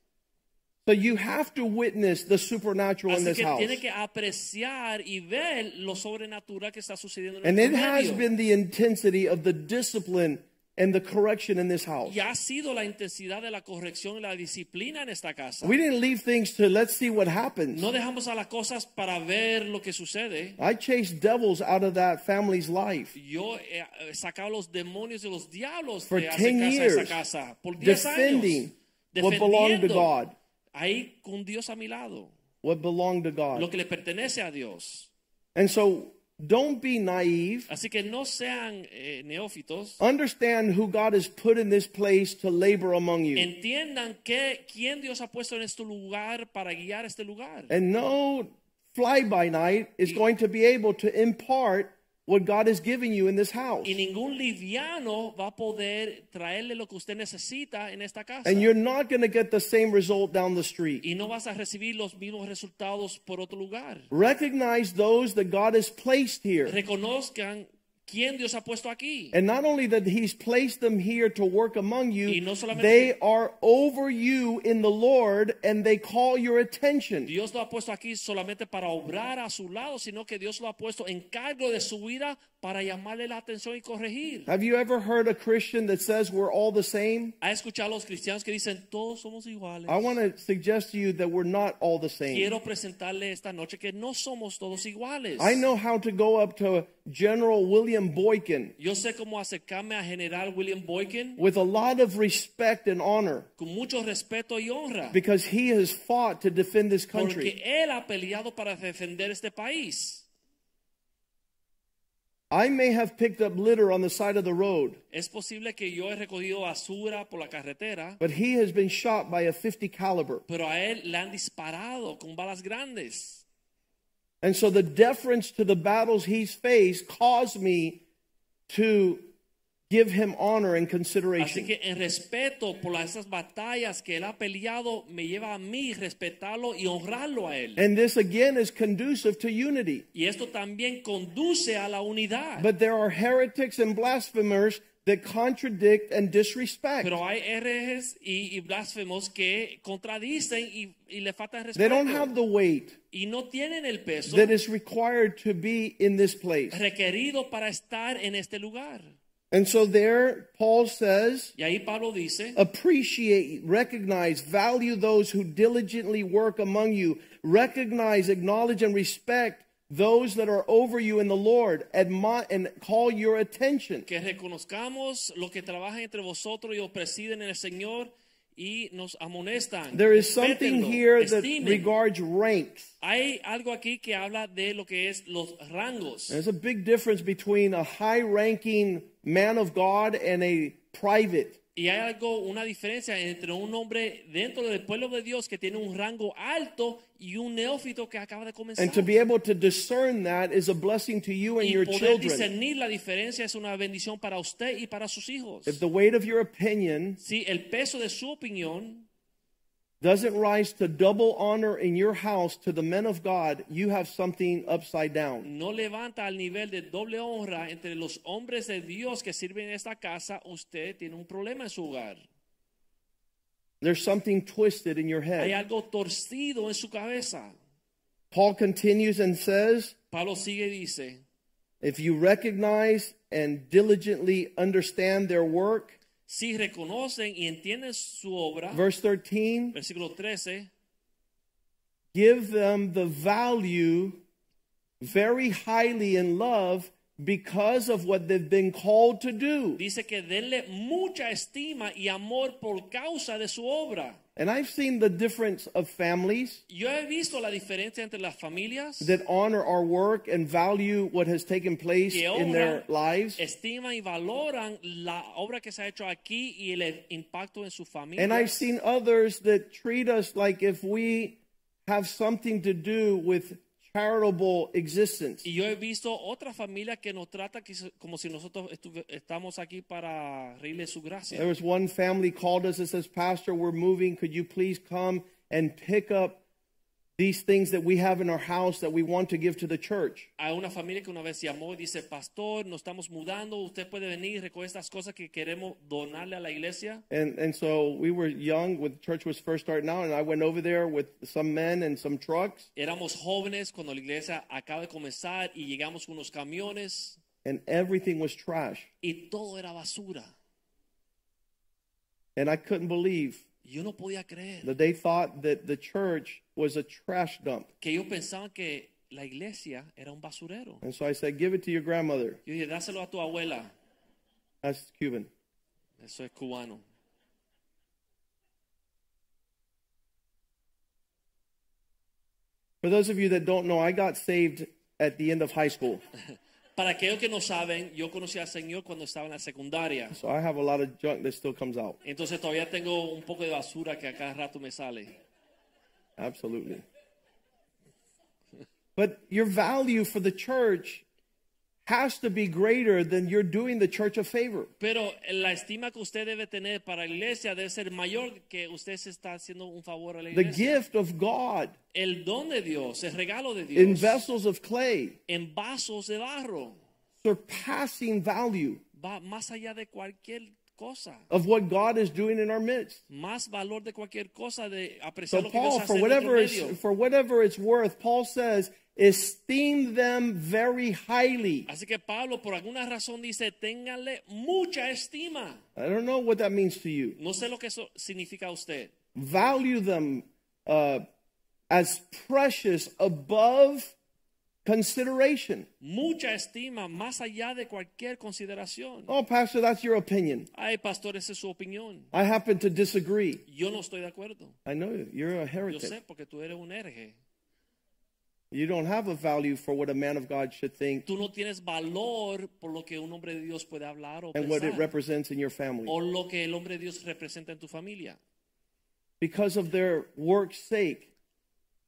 S2: So you have to witness the supernatural in
S3: Así
S2: this
S3: que
S2: house.
S3: tiene que apreciar y ver lo sobrenatural que está sucediendo en
S2: And it
S3: el
S2: has
S3: medio.
S2: been the intensity of the discipline and the correction in this house.
S3: Y ha sido la intensidad de la corrección y la disciplina en esta casa.
S2: We didn't leave things to let's see what happens.
S3: No dejamos a las cosas para ver lo que sucede.
S2: I chased devils out of that family's life,
S3: Yo he eh, sacado los demonios y los diablos
S2: For
S3: de hacer
S2: 10
S3: casa a
S2: years,
S3: esa casa por 10 años.
S2: defending what belonged to God.
S3: Ahí con Dios a mi lado,
S2: What belonged to
S3: lo
S2: God.
S3: que le pertenece a Dios.
S2: And so don't be naive.
S3: Así que no sean eh, neófitos.
S2: Understand who God has put in this place to labor among you.
S3: Entiendan que quién Dios ha puesto en este lugar para guiar este lugar.
S2: And no fly by night is going to be able to impart what God has given you in this house.
S3: Y ningún liviano va a poder traerle lo que usted necesita en esta casa.
S2: And you're not going to get the same result down the street.
S3: y no vas a recibir los mismos resultados por otro lugar.
S2: Recognize those that God has placed here.
S3: Reconozcan quién Dios ha puesto aquí.
S2: And not only that He's placed them here to work among you,
S3: Y no solamente-
S2: they are over you in the Lord and they call your attention.
S3: Dios lo ha puesto aquí solamente para obrar a su lado, sino que Dios lo ha puesto en cargo de su vida para llamarle la atención y corregir.
S2: Have you ever heard a Christian that says we're all the same?
S3: Ha escuchado a los cristianos que dicen, todos somos iguales.
S2: I want to suggest to you that we're not all the same.
S3: Quiero presentarle esta noche que no somos todos iguales.
S2: I know how to go up to General William Boykin
S3: Yo sé cómo acercarme a General William Boykin
S2: with a lot of respect and honor
S3: con mucho respeto y honra.
S2: because he has fought to defend this country.
S3: Porque él ha peleado para defender este país.
S2: I may have picked up litter on the side of the road,
S3: Es posible que yo he recogido basura por la carretera,
S2: but he has been shot by a 50 caliber.
S3: pero a él le han disparado con balas grandes.
S2: And so the deference to the battles he's faced caused me to give him honor and
S3: Así
S2: consideration.
S3: que el respeto por las- esas batallas que él ha peleado me lleva a mí respetarlo y honrarlo a él.
S2: And this again is conducive to unity.
S3: Y esto también conduce a la unidad.
S2: But there are heretics and blasphemers that contradict and disrespect.
S3: Pero hay herejes y, y blasfemos que contradicen y, y le faltan
S2: They
S3: respeto.
S2: don't have the weight
S3: y no tienen el peso
S2: that is required to be in this place.
S3: requerido para estar en este lugar.
S2: And so there, Paul says,
S3: Y ahí Pablo dice,
S2: appreciate, recognize, value those who diligently work among you. Recognize, acknowledge, and respect those that are over you in the Lord. Admo- and call your attention.
S3: que reconozcamos los que trabajan entre vosotros y os presiden en el Señor y nos amonestan.
S2: There is something
S3: Respétenlo,
S2: here that
S3: estimen.
S2: regards ranks.
S3: Hay algo aquí que habla de lo que es los rangos.
S2: There's a big difference between a high ranking man of God and a private.
S3: Y hay algo, una diferencia entre un hombre dentro del pueblo de Dios que tiene un rango alto y un neófito que acaba de comenzar.
S2: And to be able to discern that is a blessing to you and
S3: y
S2: your
S3: poder
S2: children.
S3: discernir la diferencia es una bendición para usted y para sus hijos.
S2: If the weight of your opinion
S3: Si el peso de su opinión
S2: doesn't rise to double honor in your house to the men of God, you have something upside down.
S3: no levanta al nivel de doble honra entre los hombres de Dios que sirven en esta casa, usted tiene un problema en su hogar.
S2: There's something twisted in your head.
S3: Hay algo torcido en su cabeza.
S2: Paul continues and says,
S3: Pablo sigue y dice,
S2: If you recognize and diligently understand their work,
S3: si reconocen y entienden su obra,
S2: verse 13,
S3: versículo 13,
S2: give them the value very highly in love because of what they've been called to do.
S3: dice que denle mucha estima y amor por causa de su obra.
S2: And I've seen the difference of families
S3: Yo he visto la diferencia entre las familias
S2: that honor our work and value what has taken place
S3: que
S2: in their
S3: honran,
S2: lives.
S3: estiman y valoran la obra que se ha hecho aquí y el impacto en su familia.
S2: And I've seen others that treat us like if we have something to do with charitable existence.
S3: y yo he visto otra familia que nos trata que se- como si nosotros estuve- estamos aquí para reírle su gracia.
S2: There was one family called us and says, Pastor, we're moving. Could you please come and pick up these things that we have in our house that we want to give to the church?
S3: Hay una familia que una vez llamó y dice, pastor, nos estamos mudando, usted puede venir y recoger estas cosas que queremos donarle a la iglesia.
S2: And and so we were young when church was first starting out, and I went over there with some men and some trucks.
S3: Éramos jóvenes cuando la iglesia acaba de comenzar y llegamos con unos camiones
S2: and everything was trash.
S3: y todo era basura.
S2: And I couldn't believe
S3: Yo no podía creer
S2: that they thought that the church was a trash dump.
S3: que ellos pensaban que la iglesia era un basurero.
S2: And so I said, Give it to your grandmother.
S3: Yo dije, dáselo a tu abuela.
S2: That's Cuban.
S3: Eso es cubano.
S2: For those of you that don't know, I got saved at the end of high school.
S3: Para aquellos que no saben, yo conocí al Señor cuando estaba en la secundaria.
S2: So I have a lot of junk that still comes out.
S3: Entonces todavía tengo un poco de basura que a cada rato me sale.
S2: Absolutely. But your value for the church has to be greater than you're doing the church a favor.
S3: Pero la estima que usted debe tener para la iglesia debe ser mayor que usted se está haciendo un favor a la
S2: The
S3: iglesia.
S2: gift of God
S3: El don de Dios, el regalo de
S2: in
S3: Dios,
S2: vessels of clay,
S3: en vasos de barro,
S2: surpassing value.
S3: va más allá de cualquier cosa.
S2: of what God is doing in our midst.
S3: Más valor de cualquier cosa, de apreciar
S2: So
S3: lo que
S2: Paul,
S3: Dios hace
S2: for
S3: en nuestro
S2: whatever it's,
S3: medio.
S2: for whatever it's worth, Paul says, esteem them very highly.
S3: Así que Pablo por alguna razón dice, ténganle mucha estima.
S2: I don't know what that means to you.
S3: No sé lo que eso significa a usted.
S2: Value them uh, as precious above consideration.
S3: Mucha estima más allá de cualquier consideración.
S2: Oh, Pastor, that's your opinion.
S3: Ay, pastor, esa es su opinión.
S2: I happen to disagree.
S3: Yo no estoy de acuerdo.
S2: I know you. You're a
S3: Yo sé
S2: heretic.
S3: porque tú eres un hereje.
S2: You don't have a value for what a man of God should think
S3: Tú no tienes valor por lo que un hombre de Dios puede hablar o
S2: and what it
S3: pensar,
S2: represents in your family.
S3: o lo que el hombre de Dios representa en tu familia.
S2: Because of their work's sake,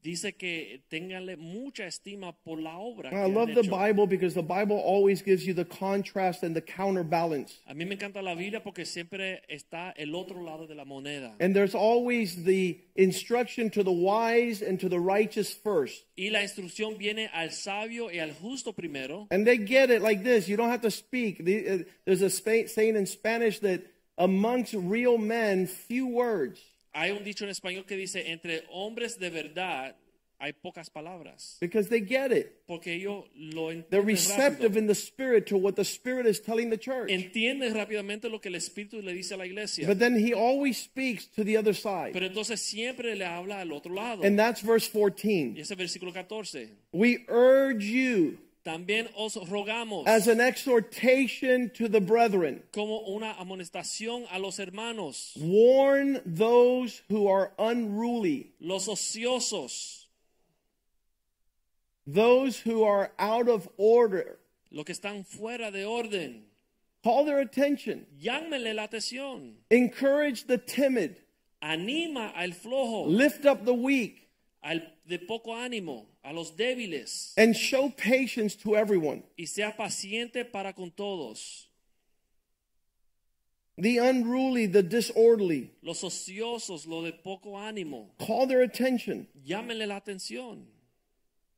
S3: Dice que ténganle mucha estima por la obra. que
S2: I
S3: han
S2: love the
S3: hecho.
S2: Bible because the Bible always gives you the contrast and the counterbalance.
S3: A mí me encanta la Biblia porque siempre está el otro lado de la moneda.
S2: And there's always the instruction to the wise and to the righteous first.
S3: Y la instrucción viene al sabio y al justo primero.
S2: And they get it like this. You don't have to speak. The- uh, There's a spa- saying in Spanish that amongst real men, few words.
S3: Hay un dicho en español que dice, entre hombres de verdad hay pocas palabras.
S2: Because they get it.
S3: Porque ellos lo
S2: They're
S3: entienden
S2: receptive
S3: rápido.
S2: in the spirit to what the spirit is telling the church.
S3: Entienden rápidamente lo que el Espíritu le dice a la iglesia.
S2: But then he always speaks to the other side.
S3: Pero entonces siempre le habla al otro lado.
S2: And that's verse
S3: Y
S2: 14.
S3: ese versículo 14.
S2: We urge you
S3: También os rogamos
S2: as an exhortation to the brethren,
S3: como una amonestación a los hermanos,
S2: warn those who are unruly,
S3: los ociosos,
S2: those who are out of order.
S3: los que están fuera de orden.
S2: Call their attention,
S3: Llámenle la atención.
S2: encourage the timid.
S3: Anima al flojo,
S2: lift up the weak,
S3: al de poco ánimo, a los débiles.
S2: and show patience to everyone.
S3: Y sea paciente para con todos.
S2: The unruly, the disorderly,
S3: Los ociosos, los de poco ánimo.
S2: call their attention.
S3: Llámenle la atención.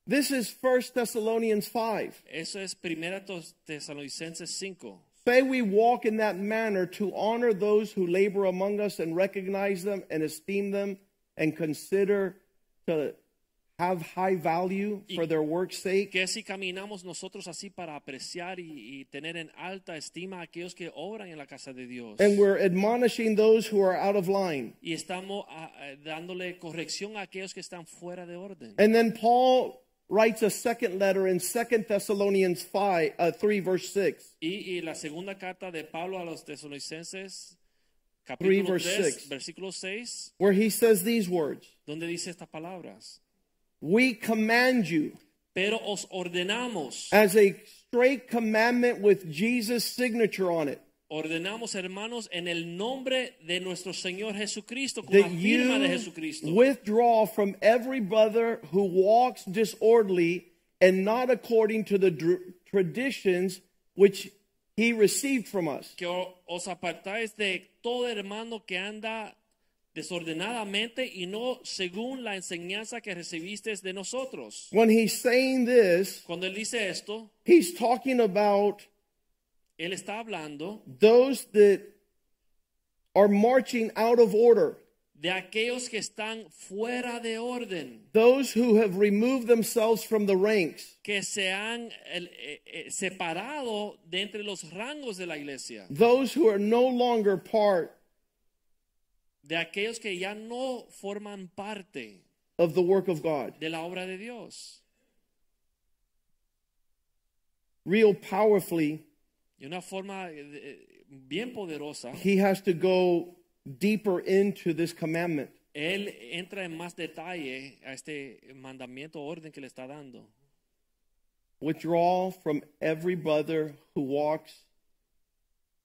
S2: This is 1 Thessalonians 5.
S3: Eso es Primera Tos- Tesalonicenses 5.
S2: Say we walk in that manner to honor those who labor among us and recognize them and esteem them and consider to have high value for their work's sake.
S3: que si caminamos nosotros así para apreciar y, y tener en alta estima a aquellos que obran en la casa de Dios.
S2: And we're admonishing those who are out of line.
S3: y estamos ah, ah, dándole corrección a aquellos que están fuera de orden.
S2: And then Paul writes a second letter in 2 Thessalonians 5, uh, 3, verse 6.
S3: y, y la segunda carta de Pablo a los tesalonicenses, capítulo
S2: verse
S3: 3,
S2: six.
S3: versículo 6,
S2: where he says these words
S3: donde dice estas palabras.
S2: We command you
S3: Pero os ordenamos,
S2: as a straight commandment with Jesus' signature on it
S3: ordenamos hermanos en el nombre de nuestro Señor Jesucristo, con la
S2: that
S3: firma de
S2: you
S3: Jesucristo.
S2: withdraw from every brother who walks disorderly and not according to the dr- traditions which he received from us.
S3: que o- os apartáis de todo hermano que anda desordenadamente y no según la enseñanza que recibisteis de nosotros.
S2: When he's saying this,
S3: Cuando él dice esto,
S2: he's talking about
S3: él está hablando
S2: those that are marching out of order.
S3: de aquellos que están fuera de orden,
S2: Those who have removed themselves from the ranks.
S3: que se han el, eh, eh, separado de entre los rangos de la iglesia,
S2: those who are no longer part
S3: de aquellos que ya no forman parte
S2: of the work of God.
S3: de la obra de Dios.
S2: Real powerfully,
S3: De una forma eh, eh, bien poderosa.
S2: he has to go deeper into this commandment.
S3: Él entra en más detalle a este mandamiento orden que le está dando.
S2: Withdraw from every brother who walks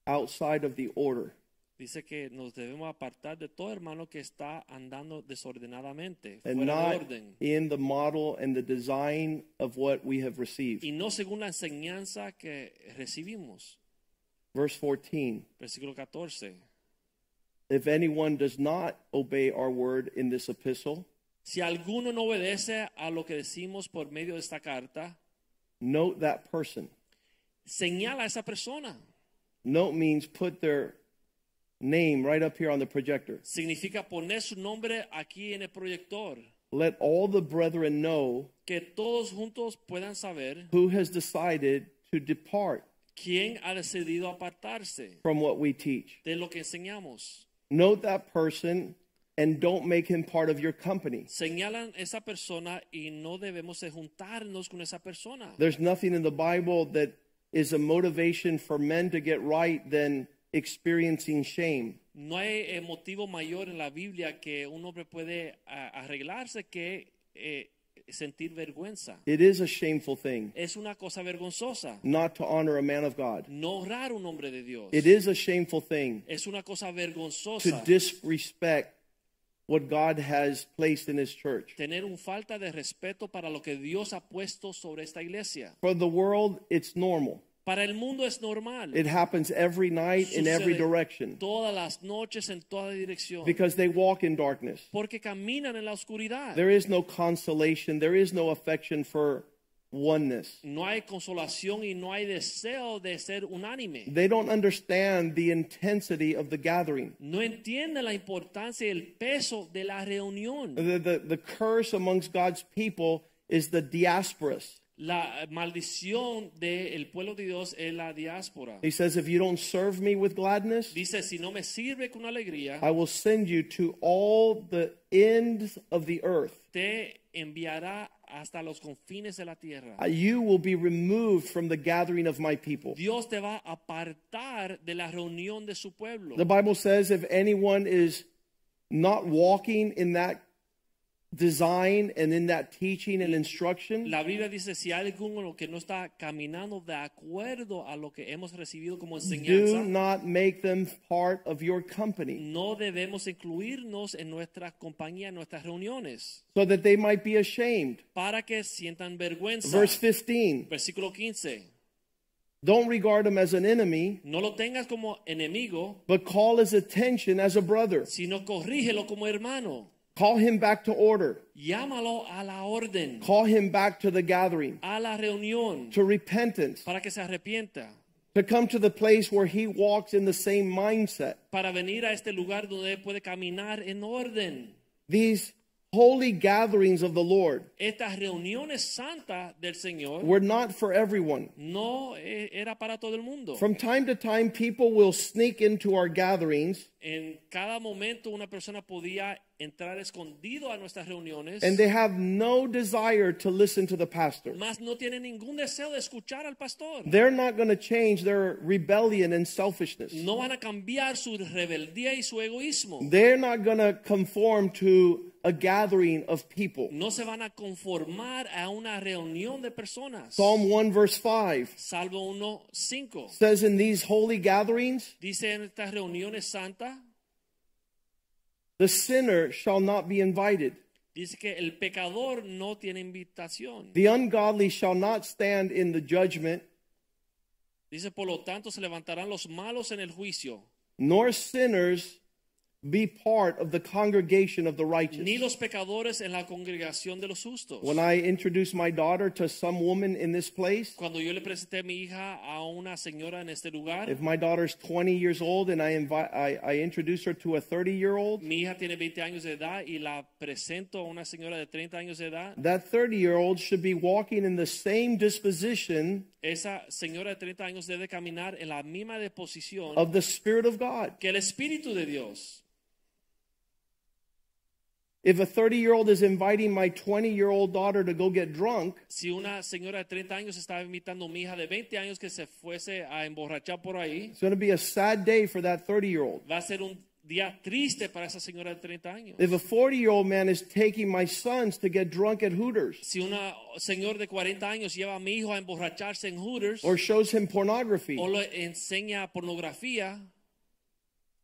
S2: outside of the order.
S3: Dice que nos debemos apartar de todo hermano que está andando desordenadamente,
S2: And
S3: fuera de
S2: not
S3: orden,
S2: in the model and the design of what we have received.
S3: y no según la enseñanza que recibimos.
S2: Verse 14
S3: Versículo 14.
S2: If anyone does not obey our word in this epistle,
S3: Si alguno no obedece a lo que decimos por medio de esta carta,
S2: note that person.
S3: señala a esa persona.
S2: Note means put their name right up here on the projector.
S3: Significa poner su nombre aquí en el proyector,
S2: Let all the brethren know
S3: que todos juntos puedan saber
S2: who has decided to depart
S3: quién ha decidido apartarse.
S2: from what we teach.
S3: de lo que enseñamos.
S2: Note that person and don't make him part of your company.
S3: Señalan esa persona y no debemos de juntarnos con esa persona.
S2: There's nothing in the Bible that is a motivation for men to get right than experiencing shame.
S3: No hay eh, motivo mayor en la Biblia que un hombre puede a- arreglarse que eh, sentir vergüenza.
S2: It is a shameful thing
S3: Es una cosa vergonzosa
S2: not to honor a man of God.
S3: no honrar un hombre de Dios.
S2: It is a shameful thing
S3: Es una cosa
S2: to
S3: vergonzosa
S2: disrespect what God has placed in His church.
S3: tener un falta de respeto para lo que Dios ha puesto sobre esta iglesia.
S2: For the world, it's normal.
S3: Para el mundo es normal.
S2: It happens every night in every
S3: Sucede
S2: direction
S3: Todas las noches en toda dirección.
S2: because they walk in darkness.
S3: porque caminan en la oscuridad.
S2: There is no consolation, there is no affection for oneness.
S3: no hay consolación y no hay deseo de ser unánime.
S2: They don't understand the intensity of the gathering.
S3: no entienden la importancia y el peso de la reunión.
S2: The, the, the curse amongst God's people is the diasporas.
S3: La maldición del pueblo de Dios es la diáspora.
S2: He says, If you don't serve me with gladness,
S3: Dice, si no me sirve con alegría,
S2: I will send you to all the ends of the earth.
S3: te enviará hasta los confines de la tierra.
S2: Uh, You will be removed from the gathering of my people.
S3: Dios te va a apartar de la reunión de su pueblo.
S2: The Bible says if anyone is not walking in that design and in that teaching and instruction,
S3: La Biblia dice, si hay alguno que no está caminando de acuerdo a lo que hemos recibido como
S2: do
S3: enseñanza,
S2: not make them part of your company
S3: no debemos incluirnos en nuestra compañía, en nuestras reuniones,
S2: so that they might be ashamed.
S3: para que sientan vergüenza.
S2: Verse 15
S3: Versículo 15.
S2: Don't regard him as an enemy,
S3: No lo tengas como enemigo,
S2: but call his attention as a brother.
S3: sino corrígelo como hermano.
S2: Call him back to order,
S3: Llámalo a la orden,
S2: call him back to the gathering,
S3: a la reunión,
S2: to repentance,
S3: para que se arrepienta,
S2: to come to the place where he walks in the same mindset.
S3: para venir a este lugar donde él puede caminar en orden.
S2: These holy gatherings of the Lord
S3: Estas reuniones santas del Señor
S2: were not for everyone.
S3: no eh, era para todo el mundo.
S2: From time to time, people will sneak into our gatherings
S3: en cada momento una persona podía entrar escondido a nuestras reuniones,
S2: and they have no desire to listen to the pastor.
S3: mas no tiene ningún deseo de escuchar al pastor.
S2: They're not going to change their rebellion and selfishness.
S3: no van a cambiar su rebeldía y su egoísmo.
S2: They're not going to conform to a gathering of people.
S3: no se van a conformar a una reunión de personas.
S2: Psalm 1, verse 5
S3: Salvo 1.5.
S2: says, In these holy gatherings,
S3: Dice en estas reuniones santas,
S2: the sinner shall not be invited,
S3: dice que el pecador no tiene invitación.
S2: the ungodly shall not stand in the judgment,
S3: Dice, por lo tanto, se levantarán los malos en el juicio,
S2: nor sinners be part of the congregation of the righteous.
S3: ni los pecadores en la congregación de los justos.
S2: When I introduced my daughter to some woman in this place,
S3: Cuando yo le presenté a mi hija a una señora en este
S2: if
S3: lugar,
S2: my daughter's 20 years old and I, invite, I, I introduce her to a 30 year old,
S3: mi hija tiene 20 años de edad y la presento a una señora de 30 años de edad,
S2: that 30 year old should be walking in the same disposition
S3: esa señora de 30 años debe caminar en la misma disposición
S2: of the Spirit of God.
S3: que el Espíritu de Dios.
S2: If a 30 year old is inviting my 20 year old daughter to go get drunk,
S3: Si una señora de 30 años estaba invitando a mi hija de 20 años que se fuese a emborrachar por ahí,
S2: it's going to be a sad day for that 30 year old.
S3: va a ser un día triste para esa señora de 30 años.
S2: If a 40 year old man is taking my sons to get drunk at Hooters
S3: Si una señor de 40 años lleva a mi hijo a emborracharse en Hooters
S2: or shows him pornography,
S3: o le enseña pornografía,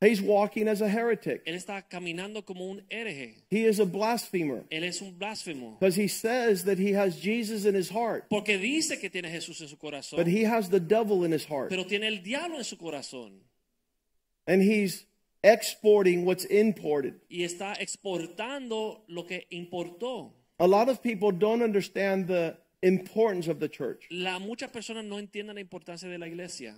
S2: he's walking as a heretic.
S3: él está caminando como un hereje.
S2: He is a blasphemer.
S3: Él es un blasfemo.
S2: Because he says that he has Jesus in his heart,
S3: Porque dice que tiene a Jesús en su corazón,
S2: but he has the devil in his heart.
S3: pero tiene el diablo en su corazón.
S2: And he's exporting what's imported.
S3: y está exportando lo que importó.
S2: A lot of people don't understand the importance of the church.
S3: La, muchas personas no entienden la importancia de la iglesia.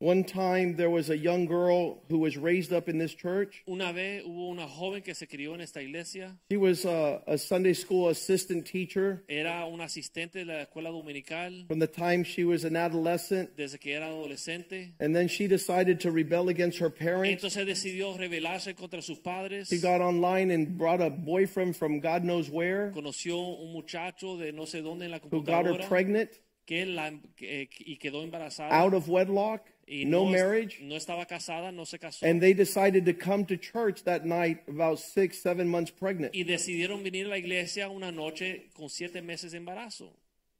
S2: One time there was a young girl who was raised up in this church.
S3: Una vez hubo una joven que se crió en esta iglesia,
S2: She was a, a Sunday school assistant teacher
S3: era una asistente de la escuela dominical
S2: from the time she was an adolescent,
S3: desde que era adolescente.
S2: and then she decided to rebel against her parents.
S3: Entonces decidió rebelarse contra sus padres.
S2: She got online and brought a boyfriend from God knows where
S3: Conoció un muchacho de no sé dónde en la
S2: who got her
S3: computadora
S2: pregnant
S3: que la, que- eh, y quedó embarazada.
S2: out of wedlock,
S3: y
S2: no
S3: es-
S2: marriage.
S3: no estaba casada, no se casó.
S2: And they decided to come to church that night about six, seven months pregnant.
S3: y decidieron venir a la iglesia una noche con siete meses de embarazo.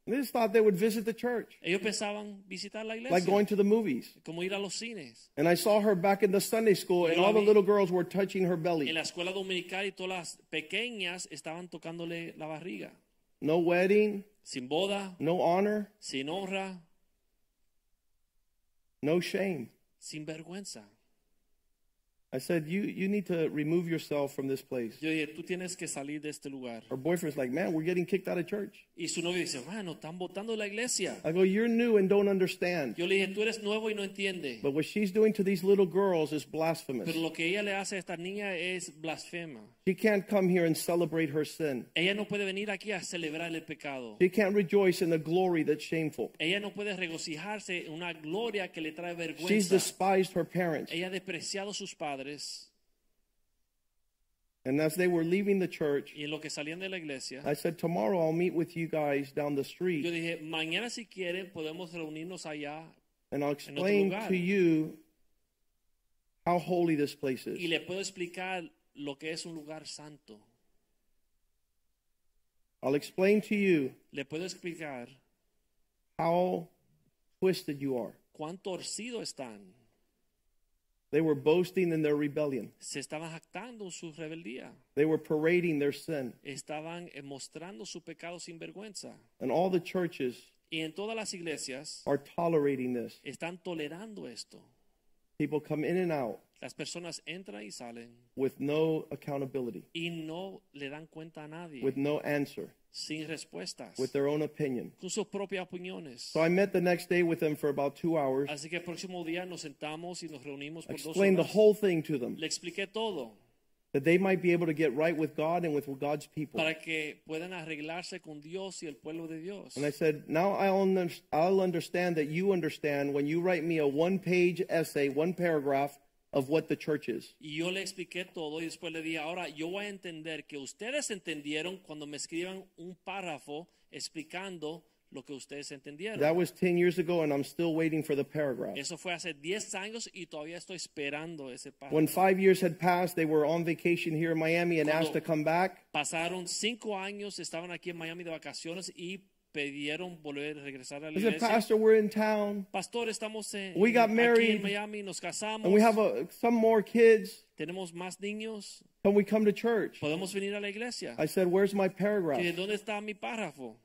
S2: They just thought they would visit the church,
S3: Ellos pensaban visitar la
S2: like
S3: iglesia,
S2: going to the movies.
S3: como ir a los cines.
S2: And I saw her back in the Sunday school, and all the little girls were touching her
S3: En
S2: belly.
S3: la escuela dominical y todas las pequeñas estaban tocándole la barriga.
S2: No wedding,
S3: Sin boda,
S2: no honor,
S3: sin honra,
S2: no shame.
S3: sin vergüenza.
S2: I said, you, you need to remove yourself from this place.
S3: Yo dije, tú tienes que salir de este lugar.
S2: Her boyfriend's like, man, we're getting kicked out of church.
S3: Y su novio dice, bueno, están votando de la iglesia.
S2: I go, you're new and don't understand.
S3: Yo le dije, tú eres nuevo y no entiendes.
S2: But what she's doing to these little girls is blasphemous.
S3: Pero lo que ella le hace a esta niña es blasfema.
S2: She can't come here and celebrate her sin.
S3: Ella no puede venir aquí a celebrar el pecado.
S2: She can't rejoice in the glory that's shameful.
S3: Ella no puede regocijarse en una gloria que le trae
S2: She's
S3: vergüenza.
S2: despised her parents.
S3: Ella ha despreciado a sus padres
S2: And as they were leaving the church,
S3: y en lo que salían de la iglesia.
S2: I said, tomorrow I'll meet with you guys down the
S3: Yo
S2: street
S3: dije, mañana si quieren podemos reunirnos allá
S2: and I'll explain
S3: lugar.
S2: to you how holy this place
S3: y
S2: is.
S3: le puedo explicar lo que es un lugar santo.
S2: I'll explain to you
S3: Le puedo explicar
S2: how twisted you are.
S3: cuán torcido están.
S2: They were boasting in their rebellion.
S3: Se estaban jactando en su rebeldía.
S2: They were parading their sin.
S3: Estaban eh, mostrando su pecado sin vergüenza.
S2: And all the churches
S3: Y en todas las iglesias
S2: are tolerating this.
S3: están tolerando esto.
S2: People come in and out
S3: Las personas entran y salen
S2: with no accountability,
S3: y no le dan cuenta a nadie,
S2: with no answer,
S3: sin respuestas,
S2: with their own opinion.
S3: con sus propias opiniones.
S2: So I met the next day with them for about two hours,
S3: Así que el próximo día nos sentamos y nos reunimos por dos
S2: explained the
S3: horas.
S2: whole thing to them,
S3: Le expliqué todo
S2: that they might be able to get right with God and with God's people.
S3: para que puedan arreglarse con Dios y el pueblo de Dios.
S2: And I said, now I'll, under- I'll understand that you understand when you write me a one page essay, one paragraph of what the church is.
S3: Y yo le expliqué todo y después le dije, ahora yo voy a entender que ustedes entendieron cuando me escriban un párrafo explicando lo que ustedes entendieron.
S2: That was 10 years ago, and I'm still waiting for the paragraph.
S3: Eso fue hace 10 años y todavía estoy esperando ese párrafo.
S2: When five years had passed, they were on vacation here in Miami and asked
S3: Cuando-
S2: to come back.
S3: Pasaron cinco años, estaban aquí en Miami de vacaciones y pidieron volver a regresar a la
S2: I said,
S3: iglesia.
S2: Pastor, we're in town,
S3: Pastor, estamos en,
S2: We got
S3: aquí
S2: married.
S3: en Miami, nos casamos,
S2: and we have a, some more kids.
S3: tenemos más niños,
S2: Can we come to church?
S3: podemos venir a la iglesia.
S2: I said, Where's my paragraph?
S3: ¿Y ¿Dónde está mi párrafo?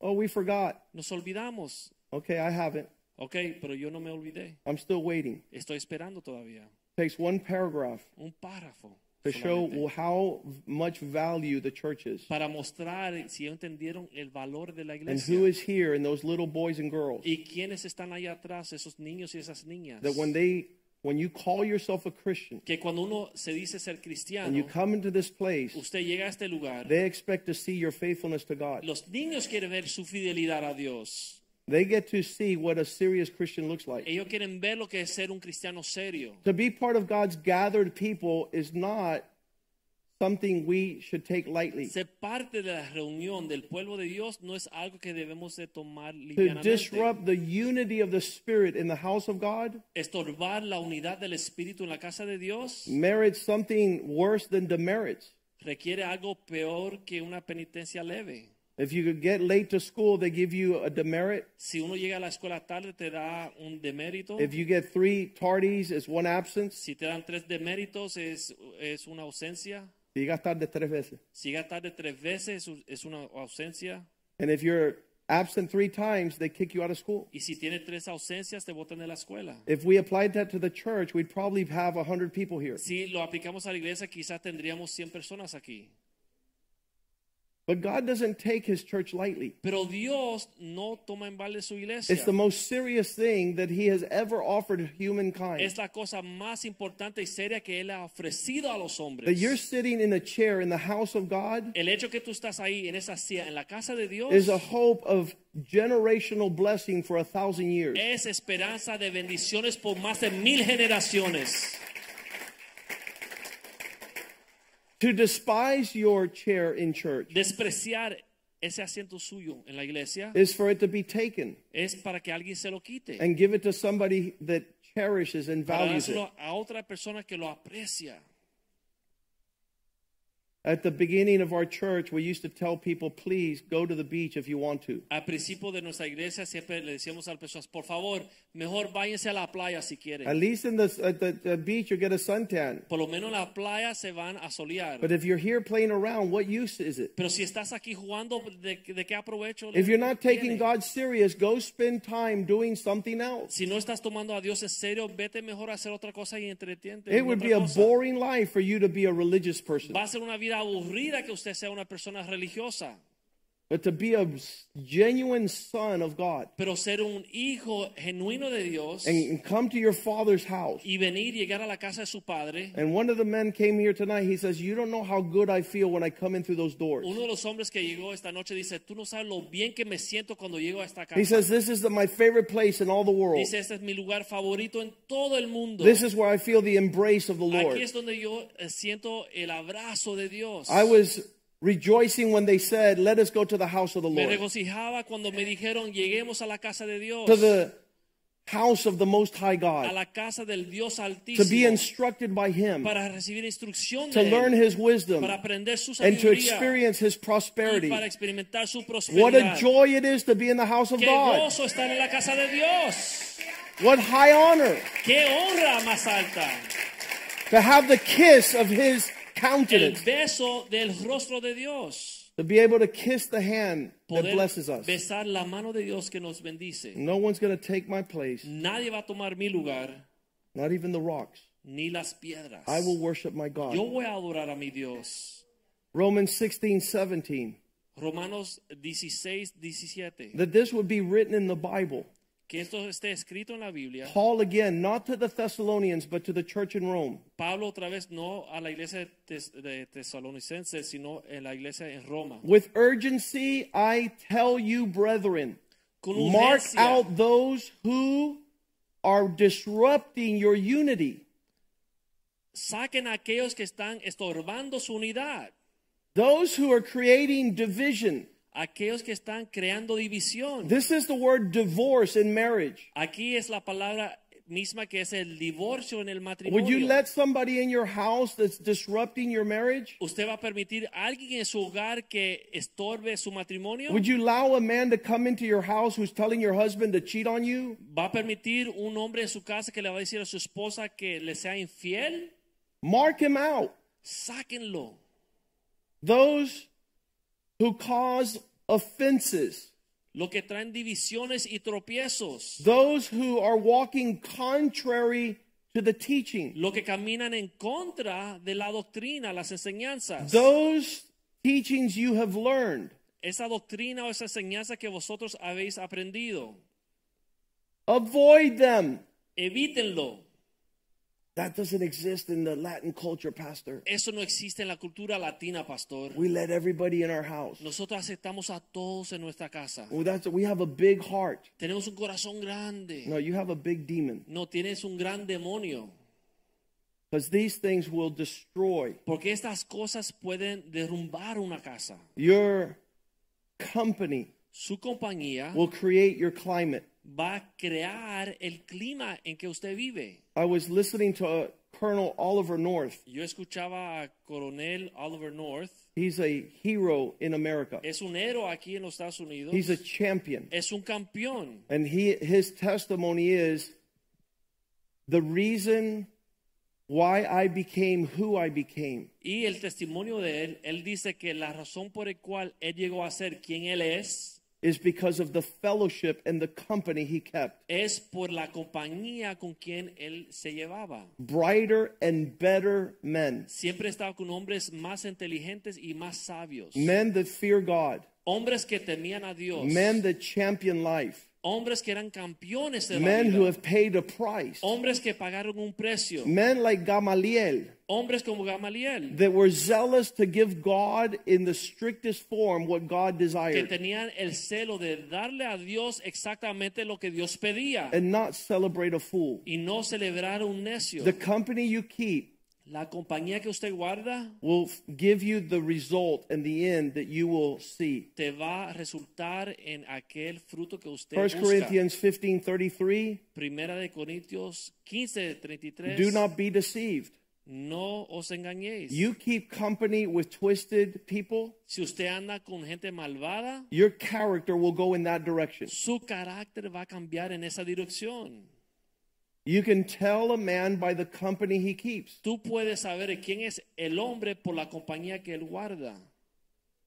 S2: Oh, we forgot.
S3: Nos olvidamos.
S2: Okay, I haven't.
S3: Ok, pero yo no me olvidé.
S2: I'm still waiting.
S3: Estoy esperando todavía.
S2: takes one paragraph
S3: Un párrafo.
S2: to
S3: solamente,
S2: show how much value the church is
S3: para mostrar si entendieron el valor de la
S2: and
S3: iglesia.
S2: who is here and those little boys and girls.
S3: y quiénes están allá atrás, esos niños y esas niñas.
S2: That when they, when you call yourself a Christian
S3: que cuando uno se dice ser
S2: and you
S3: cristiano,
S2: come into this place,
S3: usted llega a este lugar,
S2: they expect to see your faithfulness to God.
S3: los niños quieren ver su fidelidad a Dios.
S2: They get to see what a serious Christian looks like.
S3: Ellos quieren ver lo que es ser un cristiano serio.
S2: To be part of God's gathered people is not something we should take lightly.
S3: Ser parte de la reunión del pueblo de Dios no es algo que debemos de tomar
S2: To
S3: livianamente.
S2: disrupt the unity of the Spirit in the house of God
S3: Estorbar la unidad del Espíritu en la casa de Dios
S2: merits something worse than demerits.
S3: requiere algo peor que una penitencia leve.
S2: If you could get late to school, they give you a demerit.
S3: Si uno llega a la escuela tarde, te da un demérito.
S2: If you get three tardies, it's one absence.
S3: Si te dan tres deméritos es, es una ausencia.
S2: Llegas tarde tres veces.
S3: Si llegas tarde tres veces es- es una ausencia.
S2: And if you're absent three times, they kick you out of school.
S3: Y si tienes tres ausencias te botan de la escuela.
S2: If we applied that to the church, we'd probably have 100 people here.
S3: Si lo aplicamos a la iglesia quizás tendríamos 100 personas aquí.
S2: But God doesn't take his church lightly.
S3: Pero Dios no toma en balde su iglesia.
S2: It's the most serious thing that he has ever offered
S3: Es
S2: humankind.
S3: la cosa más importante y seria que Él ha ofrecido a los
S2: That you're
S3: hombres.
S2: sitting in a chair in the house of God
S3: El hecho que tú estás ahí en esa silla, en la casa de Dios,
S2: is a hope of generational blessing for a thousand years.
S3: es esperanza de bendiciones por más de mil generaciones.
S2: To despise your chair in church
S3: despreciar ese asiento suyo en la iglesia
S2: is for it to be taken
S3: es para que alguien se lo quite.
S2: and give it to somebody that cherishes and
S3: Para
S2: values it.
S3: dárselo a otra persona que lo aprecia.
S2: At the beginning of our church, we used to tell people, please go to the beach if you want to.
S3: Al principio de nuestra iglesia siempre le decíamos a las personas, por favor, mejor váyanse a la playa si
S2: At
S3: quieren.
S2: least in the, at the, the beach, you get a suntan.
S3: Por lo menos en la playa se van a solear.
S2: But if you're here playing around, what use is it?
S3: Pero si estás aquí jugando, ¿de, de qué aprovecho?
S2: If you're not taking
S3: Tiene.
S2: God serious, go spend time doing something else.
S3: Si no estás tomando a Dios en serio, vete mejor a hacer otra cosa y entretente.
S2: It
S3: en
S2: would
S3: otra
S2: be a
S3: cosa.
S2: boring life for you to be a religious person.
S3: Va a ser una vida aburrida que usted sea una persona religiosa.
S2: But to be a genuine son of God
S3: Pero ser un hijo genuino de Dios
S2: and, and come to your father's house.
S3: y venir, llegar a la casa de su padre.
S2: And one of the men came here tonight. He says, You don't know how good I feel when I come in through those doors.
S3: Uno de los hombres que llegó esta noche dice, tú no sabes lo bien que me siento cuando llego a esta casa.
S2: He says, This is the, my favorite place in all the world.
S3: Dice, este es mi lugar favorito en todo el mundo.
S2: This is where I feel the embrace of the Lord.
S3: Aquí es donde yo eh, siento el abrazo de Dios.
S2: I was rejoicing when they said, Let us go to the house of the
S3: me
S2: Lord,
S3: regocijaba cuando me dijeron, lleguemos a la casa de Dios,
S2: to the house of the Most High
S3: a
S2: God,
S3: la casa del Dios
S2: to be
S3: Altísimo,
S2: instructed by Him,
S3: para recibir instrucción
S2: to
S3: de
S2: learn
S3: Él,
S2: His wisdom,
S3: para aprender su
S2: and to
S3: sabiduría
S2: experience His
S3: y para
S2: prosperity.
S3: experimentar su prosperidad.
S2: What a joy it is to be in the house of
S3: ¡Qué
S2: God.
S3: gozo estar en la casa de Dios!
S2: What high honor
S3: ¡Qué honra más alta!
S2: to have the kiss of His
S3: El
S2: countenance,
S3: beso del rostro de Dios.
S2: to be able to kiss the hand that
S3: Poder
S2: blesses us.
S3: besar la mano de Dios que nos bendice.
S2: No one's going to take my place,
S3: Nadie va a tomar mi lugar,
S2: not even the rocks.
S3: ni las piedras.
S2: I will worship my
S3: Yo
S2: God.
S3: voy a adorar a mi Dios.
S2: Romans 16, 17.
S3: Romanos 16, 17.
S2: that this would be written in the Bible.
S3: Que esto esté escrito en la Biblia.
S2: Paul again, not to the Thessalonians, but to the church in Rome.
S3: Pablo otra vez no a la iglesia de, Tes- de Tesalonicenses, sino en la iglesia en Roma.
S2: With urgency, I tell you, brethren,
S3: Con
S2: mark
S3: urgencia,
S2: out those who are disrupting your unity.
S3: saquen a aquellos que están estorbando su unidad.
S2: Those who are creating division.
S3: Aquellos que están creando división.
S2: This is the word divorce in marriage.
S3: Aquí es la palabra misma que es el divorcio en el
S2: Would you
S3: matrimonio.
S2: let somebody in your house that's disrupting your marriage?
S3: ¿Usted va a permitir a alguien en su hogar que estorbe su matrimonio?
S2: Would you allow a man to come into your house who's telling your husband to cheat on you?
S3: ¿Va a permitir un hombre en su casa que le va a decir a su esposa que le sea infiel?
S2: Mark him out.
S3: Sáquenlo.
S2: those who cause offenses,
S3: Lo que traen divisiones y tropiezos.
S2: those who are walking contrary to the teaching,
S3: Lo que caminan en contra de la doctrina, las enseñanzas.
S2: those teachings you have learned
S3: Esa doctrina o esa enseñanza que vosotros habéis aprendido.
S2: avoid them
S3: Evítenlo.
S2: that doesn't exist in the latin culture pastor
S3: Eso no existe en la cultura latina, pastor.
S2: we let everybody in our house
S3: Nosotros aceptamos a todos en nuestra casa.
S2: well, that's we have a big heart
S3: Tenemos un corazón grande.
S2: no you have a big demon
S3: No tienes un gran demonio.
S2: because these things will destroy
S3: Porque estas cosas pueden derrumbar una casa.
S2: your company
S3: Su compañía
S2: will create your climate
S3: va a crear el clima en que usted vive.
S2: i was listening to uh, colonel oliver north
S3: Yo escuchaba a Coronel Oliver North.
S2: He's a hero in America.
S3: Es un héroe aquí en los Estados Unidos.
S2: He's a champion.
S3: Es un campeón.
S2: And he his testimony is the reason why I became who I became
S3: Y el testimonio de él, él dice que la razón por el cual él llegó a ser quien él es,
S2: is because of the fellowship and the company he kept.
S3: es por la compañía con quien él se llevaba.
S2: Brighter and better men.
S3: Siempre estaba con hombres más inteligentes y más sabios.
S2: Men that fear God.
S3: hombres que temían a Dios.
S2: Men that champion life.
S3: hombres que eran campeones de la
S2: Men
S3: vida.
S2: who have paid a price.
S3: hombres que pagaron un precio.
S2: Men like Gamaliel
S3: hombres como Gamaliel.
S2: that were zealous to give God in the strictest form what God
S3: que
S2: desired.
S3: tenían el celo de darle a Dios exactamente lo que Dios pedía
S2: and not celebrate a fool.
S3: y no celebrar un necio.
S2: The company you keep
S3: la compañía que usted guarda
S2: will f- give you the result and the end that you will see.
S3: te va a resultar en aquel fruto que usted
S2: 1
S3: busca.
S2: Corinthians 15 33,
S3: Primera de Corintios 15, 33.
S2: do not be deceived.
S3: No os engañéis.
S2: You keep company with twisted people,
S3: si usted anda con gente malvada,
S2: your character will go in that direction.
S3: su carácter va a cambiar en esa dirección.
S2: You can tell a man by the company he keeps.
S3: Tú puedes saber quién es el hombre por la compañía que él guarda.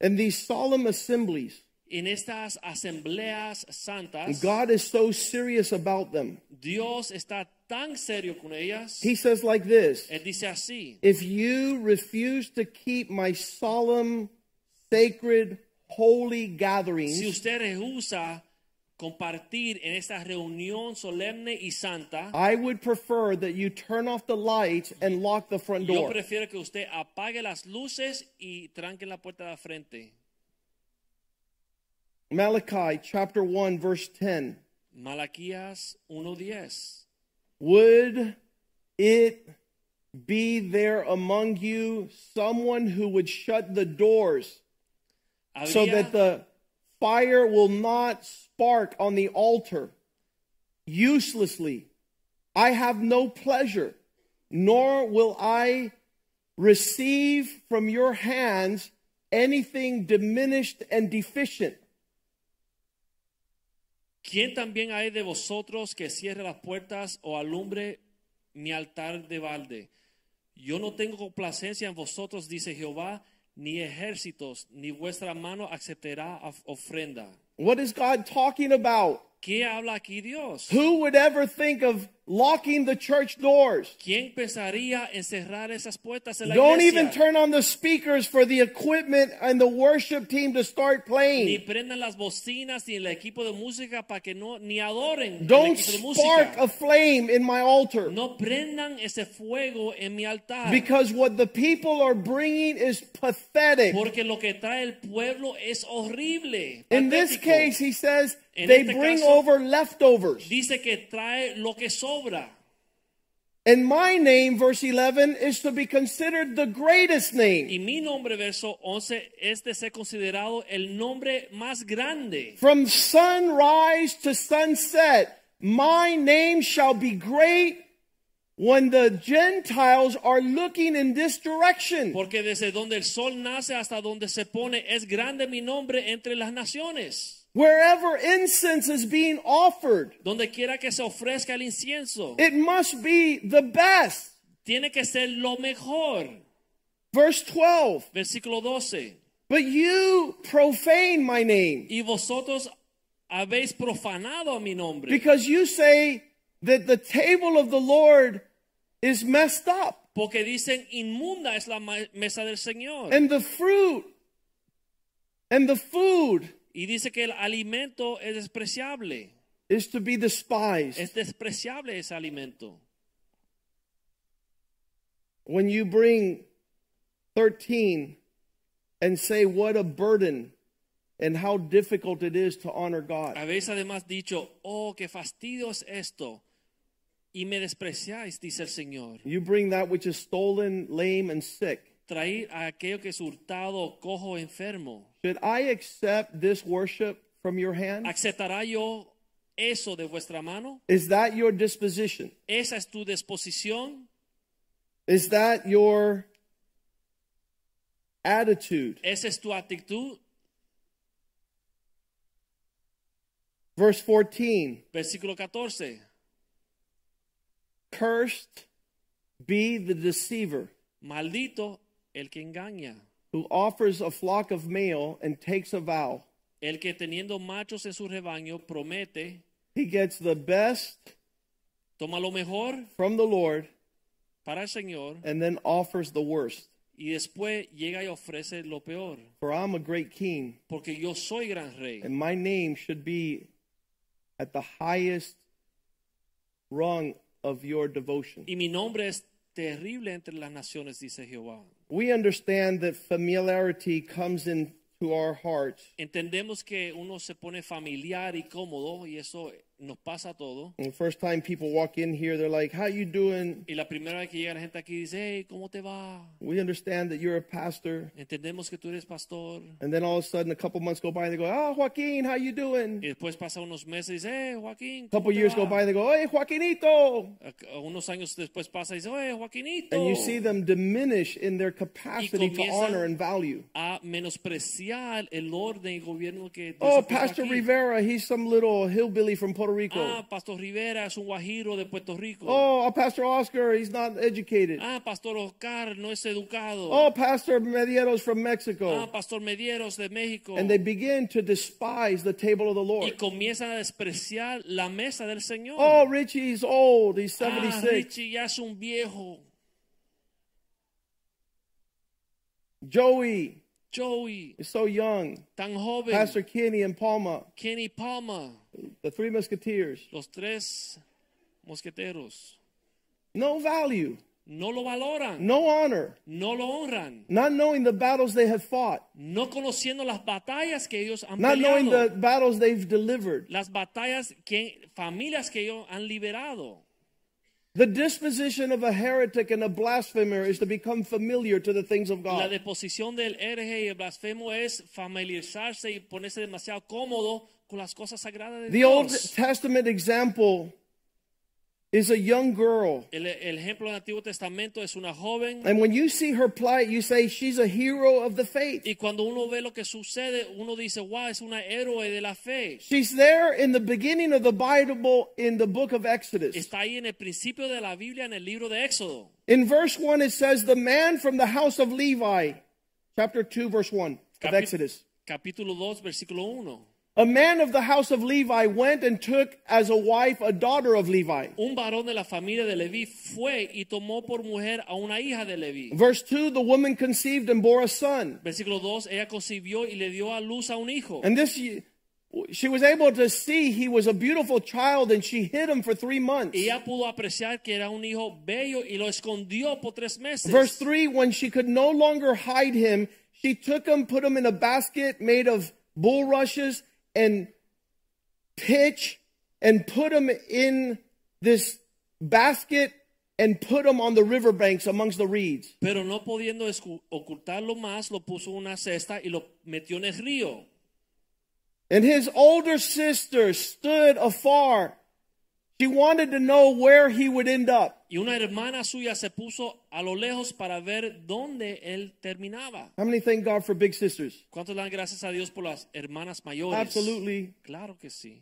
S2: And these solemn assemblies,
S3: En estas asambleas santas,
S2: God is so serious about them.
S3: Dios está tan serio con ellas.
S2: He says like this
S3: Él dice así,
S2: If you refuse to keep my solemn, sacred, holy gatherings,
S3: si usted rehúsa compartir en esta reunión solemne y santa,
S2: I would prefer that you turn off the lights and lock the front
S3: yo
S2: door.
S3: prefiero que usted apague las luces y tranque la puerta de la frente.
S2: Malachi chapter 1, verse 10.
S3: Malaquías 1:10.
S2: Would it be there among you someone who would shut the doors so
S3: Habría-
S2: that the fire will not spark on the altar uselessly? I have no pleasure, nor will I receive from your hands anything diminished and deficient.
S3: ¿Quién también hay de vosotros que cierre las puertas o alumbre mi altar de balde? Yo no tengo complacencia en vosotros, dice Jehová, ni ejércitos, ni vuestra mano aceptará of- ofrenda.
S2: What is God talking about?
S3: ¿Qué habla aquí Dios?
S2: Who would ever think of locking the church doors?
S3: ¿Quién pensaría en cerrar esas puertas en la
S2: Don't even
S3: iglesia?
S2: turn on the speakers for the equipment and the worship team to start
S3: Ni
S2: playing.
S3: prendan las bocinas ni el equipo de música para que no ni adoren el
S2: Don't
S3: equipo de
S2: spark
S3: música.
S2: a flame in my altar.
S3: No prendan ese fuego en mi altar.
S2: Because what the people are bringing is pathetic.
S3: Porque lo que trae el pueblo es horrible.
S2: In this
S3: patético.
S2: case, he says
S3: En
S2: they
S3: este
S2: bring
S3: caso-
S2: over leftovers.
S3: dice que trae lo que sobra.
S2: And my name, verse 11, is to be considered the greatest name.
S3: Y mi nombre, verso 11, es de ser considerado el nombre más grande.
S2: From sunrise to sunset, my name shall be great when the Gentiles are looking in this direction.
S3: Porque desde donde el sol nace hasta donde se pone, es grande mi nombre entre las naciones.
S2: Wherever incense is being offered,
S3: Donde quiera que se ofrezca el incienso,
S2: it must be the best.
S3: tiene que ser lo mejor.
S2: Verse 12.
S3: Versículo 12.
S2: But you profane my name
S3: Y vosotros habéis profanado a mi nombre.
S2: because you say that the table of the Lord is messed up
S3: porque dicen, inmunda es la ma- mesa del Señor.
S2: and the fruit and the food
S3: Y dice que el alimento es despreciable.
S2: is to be despised
S3: Es despreciable ese alimento.
S2: when you bring 13 and say what a burden and how difficult it is to honor God.
S3: Habéis además dicho, oh, qué fastidio es esto. Y me despreciáis, dice el Señor.
S2: You bring that which is stolen, lame, and sick.
S3: Traer a aquello que es hurtado, cojo, enfermo.
S2: Should I accept this worship from your hand?
S3: ¿Aceptará yo eso de vuestra mano?
S2: Is that your disposition?
S3: ¿Esa es tu disposición?
S2: Is that your attitude?
S3: ¿Esa es tu actitud?
S2: Verse 14
S3: Versículo 14.
S2: Cursed be the deceiver
S3: Maldito el que engaña,
S2: who offers a flock of male and takes a vow.
S3: el que teniendo machos en su rebaño promete,
S2: He gets the best
S3: toma lo mejor
S2: from the Lord
S3: para el Señor
S2: and then offers the worst.
S3: y después llega y ofrece lo peor,
S2: For I'm a great king,
S3: porque yo soy gran rey
S2: and my name should be at the highest rung of your devotion.
S3: y mi nombre es terrible entre las naciones, dice Jehová.
S2: We understand that familiarity comes into our hearts
S3: Entendemos que uno se pone familiar y cómodo y eso nos pasa a todos.
S2: And the first time people walk in here, they're like, "How you doing?"
S3: Y la primera vez que llega la gente aquí dice, hey, ¿cómo te va?
S2: We understand that you're a pastor.
S3: Entendemos que tú eres pastor.
S2: And then all of a sudden, a couple months go by, and they go, "Oh, Joaquin, how you doing?"
S3: Y después pasa unos meses y dice, hey, Joaquín,
S2: A
S3: ¿cómo
S2: couple
S3: te
S2: years
S3: va?"
S2: go by, and they go, "Hey, Joaquinito,"
S3: A- a Unos años después pasa y dice, hey, Joaquinito.
S2: and you see them diminish in their capacity to
S3: comienzan-
S2: honor and value.
S3: a menospreciar el orden y gobierno que Dios
S2: Oh,
S3: ha puesto
S2: Pastor
S3: aquí.
S2: Rivera, he's some little hillbilly from Puerto Rico.
S3: Ah, Pastor Rivera es un guajiro de Puerto Rico.
S2: Oh, Pastor Oscar, he's not educated.
S3: Ah, Pastor Oscar no es educado.
S2: Oh, Pastor Medieros from Mexico.
S3: ah, Pastor Medieros de México.
S2: And they begin to despise the table of the
S3: y
S2: Lord.
S3: comienzan a despreciar la mesa del Señor.
S2: Oh, Richie's old. He's
S3: ah,
S2: 76.
S3: Richie ya es un viejo.
S2: Joey
S3: Joey,
S2: is so young.
S3: tan joven.
S2: Pastor Kenny and Palma,
S3: Kenny Palma,
S2: the three musketeers.
S3: los tres mosqueteros.
S2: No value,
S3: No lo valoran,
S2: no honor,
S3: no lo honran,
S2: not knowing the battles they have fought,
S3: no conociendo las batallas que ellos han
S2: not knowing
S3: peleado.
S2: the battles they've delivered.
S3: las batallas que familias que ellos han liberado.
S2: The disposition of a heretic and a blasphemer is to become familiar to the things of
S3: La
S2: God.
S3: deposición del hereje y el blasfemo es familiarizarse y ponerse demasiado cómodo con las cosas sagradas de
S2: The Old
S3: Dios.
S2: Testament example is a young girl.
S3: El, el ejemplo del Antiguo Testamento es una joven
S2: And when you see her plight, you say she's a hero of the faith.
S3: y cuando uno ve lo que sucede, uno dice, wow, es una héroe de la fe.
S2: She's there in the beginning of the Bible in the book of Exodus.
S3: Está ahí en el principio de la Biblia, en el libro de Éxodo.
S2: In verse 1, it says, The man from the house of Levi, chapter 2, verse 1 of
S3: Capi-
S2: Exodus.
S3: Capítulo 2, versículo 1.
S2: A man of the house of Levi went and took as a wife a daughter of Levi.
S3: Un varón de la familia de Leví fue y tomó por mujer a una hija de Leví.
S2: Verse 2, the woman conceived and bore a son.
S3: Versículo 2, ella concibió y le dio a luz a un hijo.
S2: And this, she was able to see he was a beautiful child and she hid him for three months.
S3: Ella pudo apreciar que era un hijo bello y lo escondió por tres meses.
S2: Verse 3 When she could no longer hide him, she took him, put him in a basket made of bulrushes and pitch, and put him in this basket and put him on the riverbanks amongst the reeds.
S3: Pero no pudiendo escu- ocultarlo más, lo puso en una cesta y lo metió en el río.
S2: And his older sister stood afar. She wanted to know where he would end up.
S3: Y una hermana suya se puso a lo lejos para ver dónde él terminaba.
S2: How many thank God for big sisters?
S3: ¿Cuántos dan gracias a Dios por las hermanas mayores?
S2: Absolutely.
S3: Claro que sí.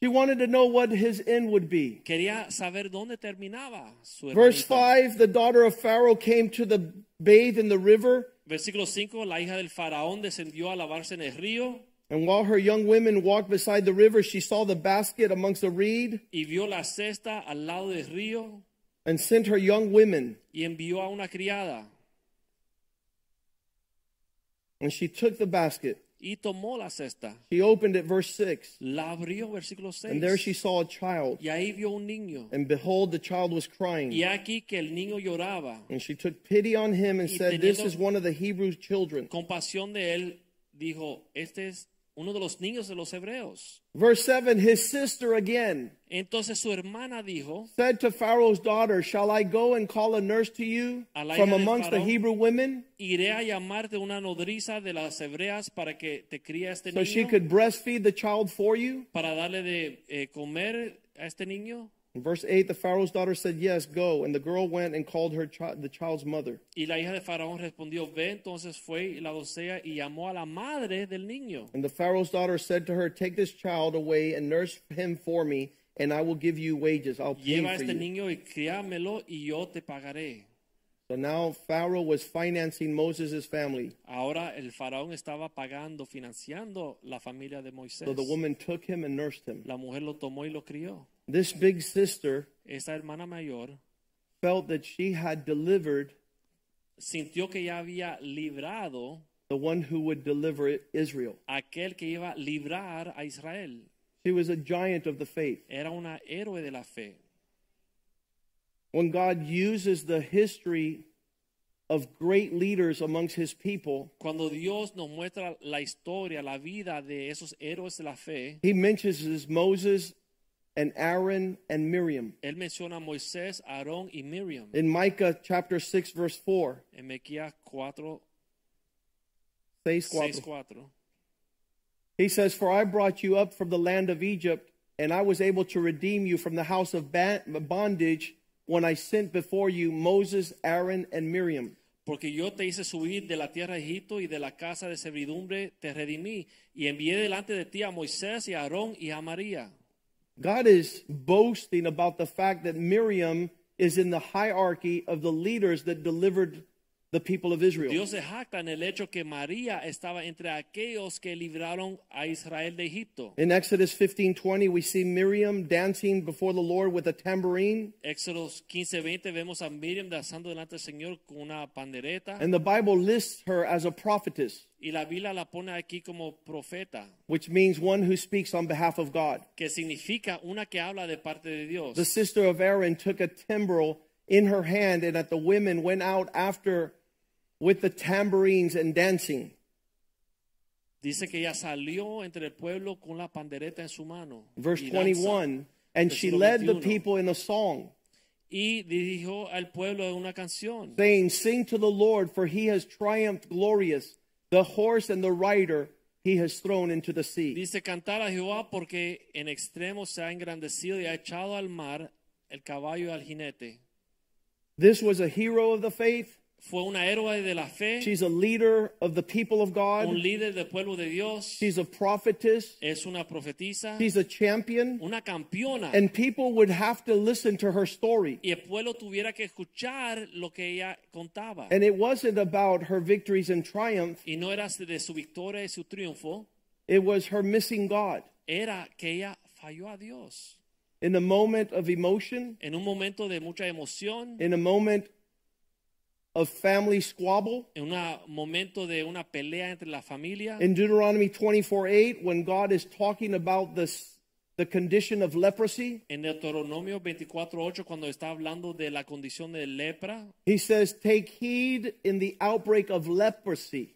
S2: She wanted to know what his end would be.
S3: Quería saber dónde terminaba su
S2: Verse
S3: hermanita.
S2: 5 The daughter of Pharaoh came to the bathe in the river,
S3: Versículo 5, la hija del faraón descendió a lavarse en el río.
S2: and while her young women walked beside the river, she saw the basket amongst the reed
S3: y vio la cesta al lado del río
S2: and sent her young women.
S3: y envió a una criada
S2: And she took the basket.
S3: y tomó la cesta.
S2: She opened it, verse 6.
S3: La abrió, versículo 6.
S2: And there she saw a child,
S3: y ahí vio un niño.
S2: and behold, the child was
S3: Y
S2: crying.
S3: aquí que el niño lloraba.
S2: And she took pity on him and
S3: Y
S2: said, This
S3: teniendo-
S2: is one of the Hebrew children.
S3: Compasión de él dijo, este es uno de los niños de los hebreos.
S2: Verse 7 His sister again
S3: Entonces su hermana dijo,
S2: said to Pharaoh's daughter, Shall I go and call a nurse to you
S3: A la
S2: from
S3: hija de
S2: amongst the
S3: Faraón.
S2: Hebrew women?
S3: iré a llamarte una nodriza de las hebreas para que te críe a este
S2: So she
S3: niño,
S2: could breastfeed the child for you?
S3: para darle de eh, comer a este niño.
S2: In verse 8, the Pharaoh's daughter said, Yes, go. And the girl went and called her chi- the child's mother.
S3: Y la hija de Faraón respondió, ve, entonces fue y la doncella y llamó a la madre del niño.
S2: And the Pharaoh's daughter said to her, Take this child away and nurse him for me, and I will give you wages. I'll pay
S3: Lleva a
S2: for you.
S3: este niño y criámelo y yo te pagaré.
S2: So now Pharaoh was financing Moses' family.
S3: Ahora el faraón estaba pagando, financiando la familia de Moisés.
S2: So the woman took him and nursed him.
S3: La mujer lo tomó y lo crió.
S2: This big sister
S3: Esa hermana mayor
S2: felt that she had delivered
S3: sintió que ya había librado
S2: the one who would deliver it, Israel.
S3: a aquel que iba a librar a Israel.
S2: She was a giant of the faith.
S3: Era una héroe de la fe.
S2: when God uses the history of great leaders amongst his people,
S3: Cuando Dios nos muestra la historia, la vida de esos héroes de la fe,
S2: he mentions Moses and Aaron and Miriam.
S3: Él menciona a Moisés, Aarón y Miriam.
S2: In Micah chapter 6 verse 4,
S3: En Mequías 4,
S2: 6, 4,
S3: 6, 4.
S2: he says, For I brought you up from the land of Egypt, and I was able to redeem you from the house of ba- bondage when I sent before you Moses, Aaron, and Miriam.
S3: Porque yo te hice subir de la tierra de Egipto y de la casa de servidumbre te redimí y envié delante de ti a Moisés y a Aarón y a María.
S2: God is boasting about the fact that Miriam is in the hierarchy of the leaders that delivered the people of Israel.
S3: Dios se jacta en el hecho que María estaba entre aquellos que libraron a Israel de Egipto.
S2: In Exodus 15:20 we see Miriam dancing before the Lord with a tambourine
S3: Éxodo 15:20 vemos a Miriam danzando delante del Señor con una pandereta
S2: and the Bible lists her as a prophetess,
S3: y la Biblia la pone aquí como profeta,
S2: which means one who speaks on behalf of God.
S3: que significa una que habla de parte de Dios.
S2: The sister of Aaron took a timbrel in her hand and at the women went out after with the tambourines and dancing.
S3: Dice que ella salió entre el pueblo con la pandereta en su mano.
S2: Verse
S3: y danza.
S2: 21 and she
S3: Versículo
S2: led the
S3: 21.
S2: people in a song
S3: Y dirigió al pueblo en una canción.
S2: saying, Sing to the Lord, for he has triumphed glorious. The horse and the rider he has thrown into the sea.
S3: Dice cantar a Jehová porque en extremo se ha engrandecido y ha echado al mar el caballo y al jinete.
S2: This was a hero of the faith.
S3: Fue una héroe de la fe,
S2: She's a leader of the people of
S3: un
S2: God.
S3: líder del pueblo de Dios,
S2: She's a prophetess.
S3: es una profetisa,
S2: She's a champion.
S3: una campeona.
S2: And people would have to listen to her story.
S3: y el pueblo tuviera que escuchar lo que ella contaba.
S2: And it wasn't about her victories and triumph,
S3: y no era de su victoria y su triunfo,
S2: it was her missing God.
S3: era que ella falló a Dios.
S2: In the moment of emotion,
S3: En un momento de mucha emoción,
S2: in a moment of family squabble,
S3: en un momento de una pelea entre la familia.
S2: in Deuteronomy 24 8, when God is talking about this, the condition of leprosy,
S3: En Deuteronomio 24:8 cuando está hablando de la condición de lepra,
S2: he says, Take heed in the outbreak of leprosy.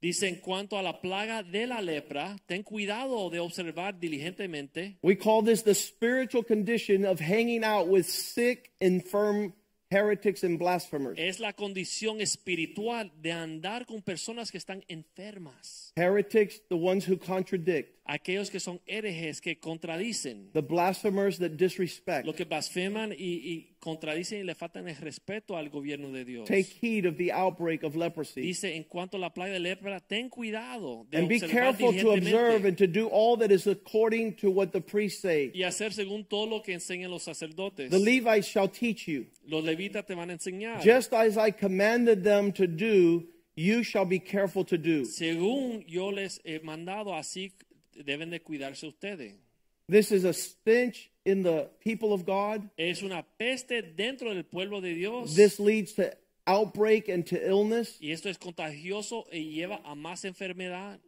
S3: dice en cuanto a la plaga de la lepra, ten cuidado de observar diligentemente.
S2: We call this the spiritual condition of hanging out with sick, infirm heretics and blasphemers.
S3: Es la condición espiritual de andar con personas que están enfermas,
S2: Heretics, the ones who contradict,
S3: aquellos que son herejes que contradicen,
S2: the blasphemers that disrespect.
S3: los que blasfeman y, y contradicen y le faltan el respeto al gobierno de Dios.
S2: Take heed of the outbreak of leprosy.
S3: Dice en cuanto a la plaga de lepra, ten cuidado de
S2: And be
S3: observar
S2: careful to observe
S3: diligentemente.
S2: and to do all that is according to what the priests say.
S3: y hacer según todo lo que enseñan los sacerdotes.
S2: The Levites shall teach you.
S3: Los levitas te van a enseñar.
S2: Just as I commanded them to do, you shall be careful to do.
S3: Según yo les he mandado, así deben de cuidarse ustedes.
S2: This is a stench in the people of God.
S3: Es una peste dentro del pueblo de Dios.
S2: This leads to outbreak and to illness.
S3: y esto es contagioso y lleva a más enfermedad.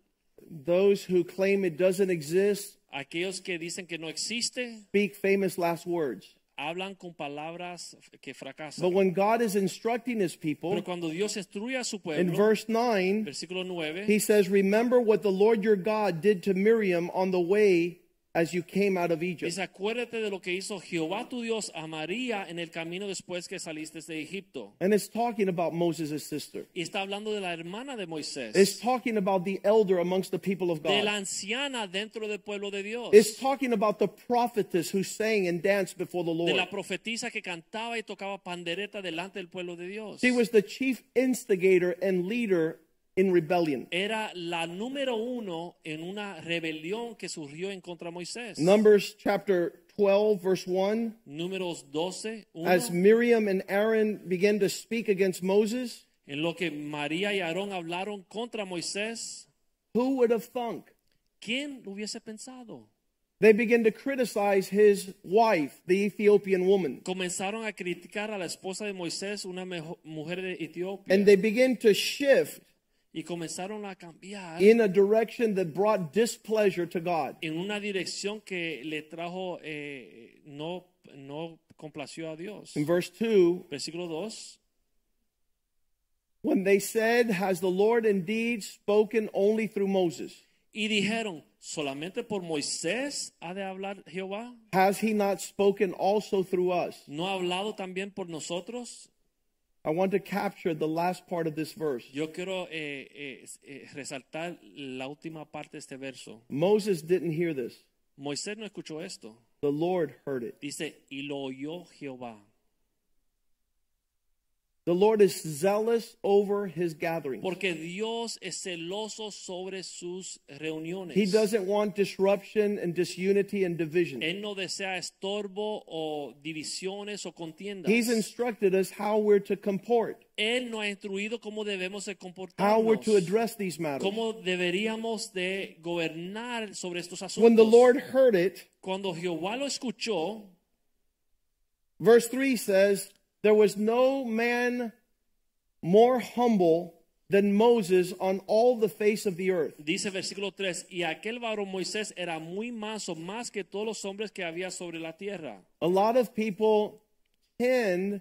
S2: Those who claim it doesn't exist
S3: Aquellos que dicen que no existe,
S2: speak famous last words.
S3: hablan con palabras que
S2: But
S3: fracasan.
S2: when God is instructing his people,
S3: Pero cuando Dios instruye a su
S2: in
S3: pueblo,
S2: verse 9,
S3: versículo 9,
S2: He says, Remember what the Lord your God did to Miriam on the way as you came out of Egypt.
S3: dice, acuérdate de lo que hizo Jehová tu Dios a María en el camino después que saliste de Egipto.
S2: And it's talking about Moses' sister.
S3: Y está hablando de la hermana de Moisés.
S2: It's talking about the elder amongst the people of
S3: de la
S2: God.
S3: anciana dentro del pueblo de Dios.
S2: It's talking about the prophetess who sang and danced before the
S3: de
S2: Lord.
S3: la profetisa que cantaba y tocaba pandereta delante del pueblo de Dios.
S2: She was the chief instigator and leader in rebellion.
S3: Era la número uno en una rebelión que surgió en contra de Moisés.
S2: Numbers chapter 12, verse 1.
S3: Números 12, uno.
S2: As Miriam and Aaron began to speak against Moses,
S3: en lo que María y Aarón hablaron contra Moisés,
S2: who would have thunk?
S3: ¿quién lo hubiese pensado?
S2: They begin to criticize his wife, the Ethiopian woman.
S3: Comenzaron a criticar a la esposa de Moisés, una mejo- mujer de Etiopía,
S2: And they begin to shift
S3: y comenzaron a cambiar
S2: in a direction that brought displeasure to God.
S3: en una dirección que le trajo, eh, no, no complació a Dios.
S2: In verse 2,
S3: Versículo 2,
S2: when they said, Has the Lord indeed spoken only through Moses?
S3: Y dijeron, ¿solamente por Moisés ha de hablar Jehová?
S2: Has he not spoken also through us?
S3: ¿No ha hablado también por nosotros?
S2: I want to capture the last part of this verse.
S3: Yo quiero eh, eh, eh, resaltar la última parte de este verso.
S2: Moses didn't hear this,
S3: Moisés no escuchó esto.
S2: the Lord heard it.
S3: Dice, y lo oyó Jehová.
S2: The Lord is zealous over his gatherings.
S3: Porque Dios es celoso sobre sus reuniones.
S2: He doesn't want disruption and disunity and division.
S3: Él no desea estorbo o divisiones o contiendas.
S2: He's instructed us how we're to comport,
S3: Él nos ha instruido cómo debemos de
S2: how
S3: comportarnos.
S2: we're to address these matters.
S3: cómo deberíamos de gobernar sobre estos asuntos.
S2: When the Lord heard it,
S3: Cuando Jehová lo escuchó,
S2: verse 3 says, There was no man more humble than Moses on all the face of the earth.
S3: dice versículo 3, y aquel varón Moisés era muy manso, más que todos los hombres que había sobre la tierra.
S2: A lot of people tend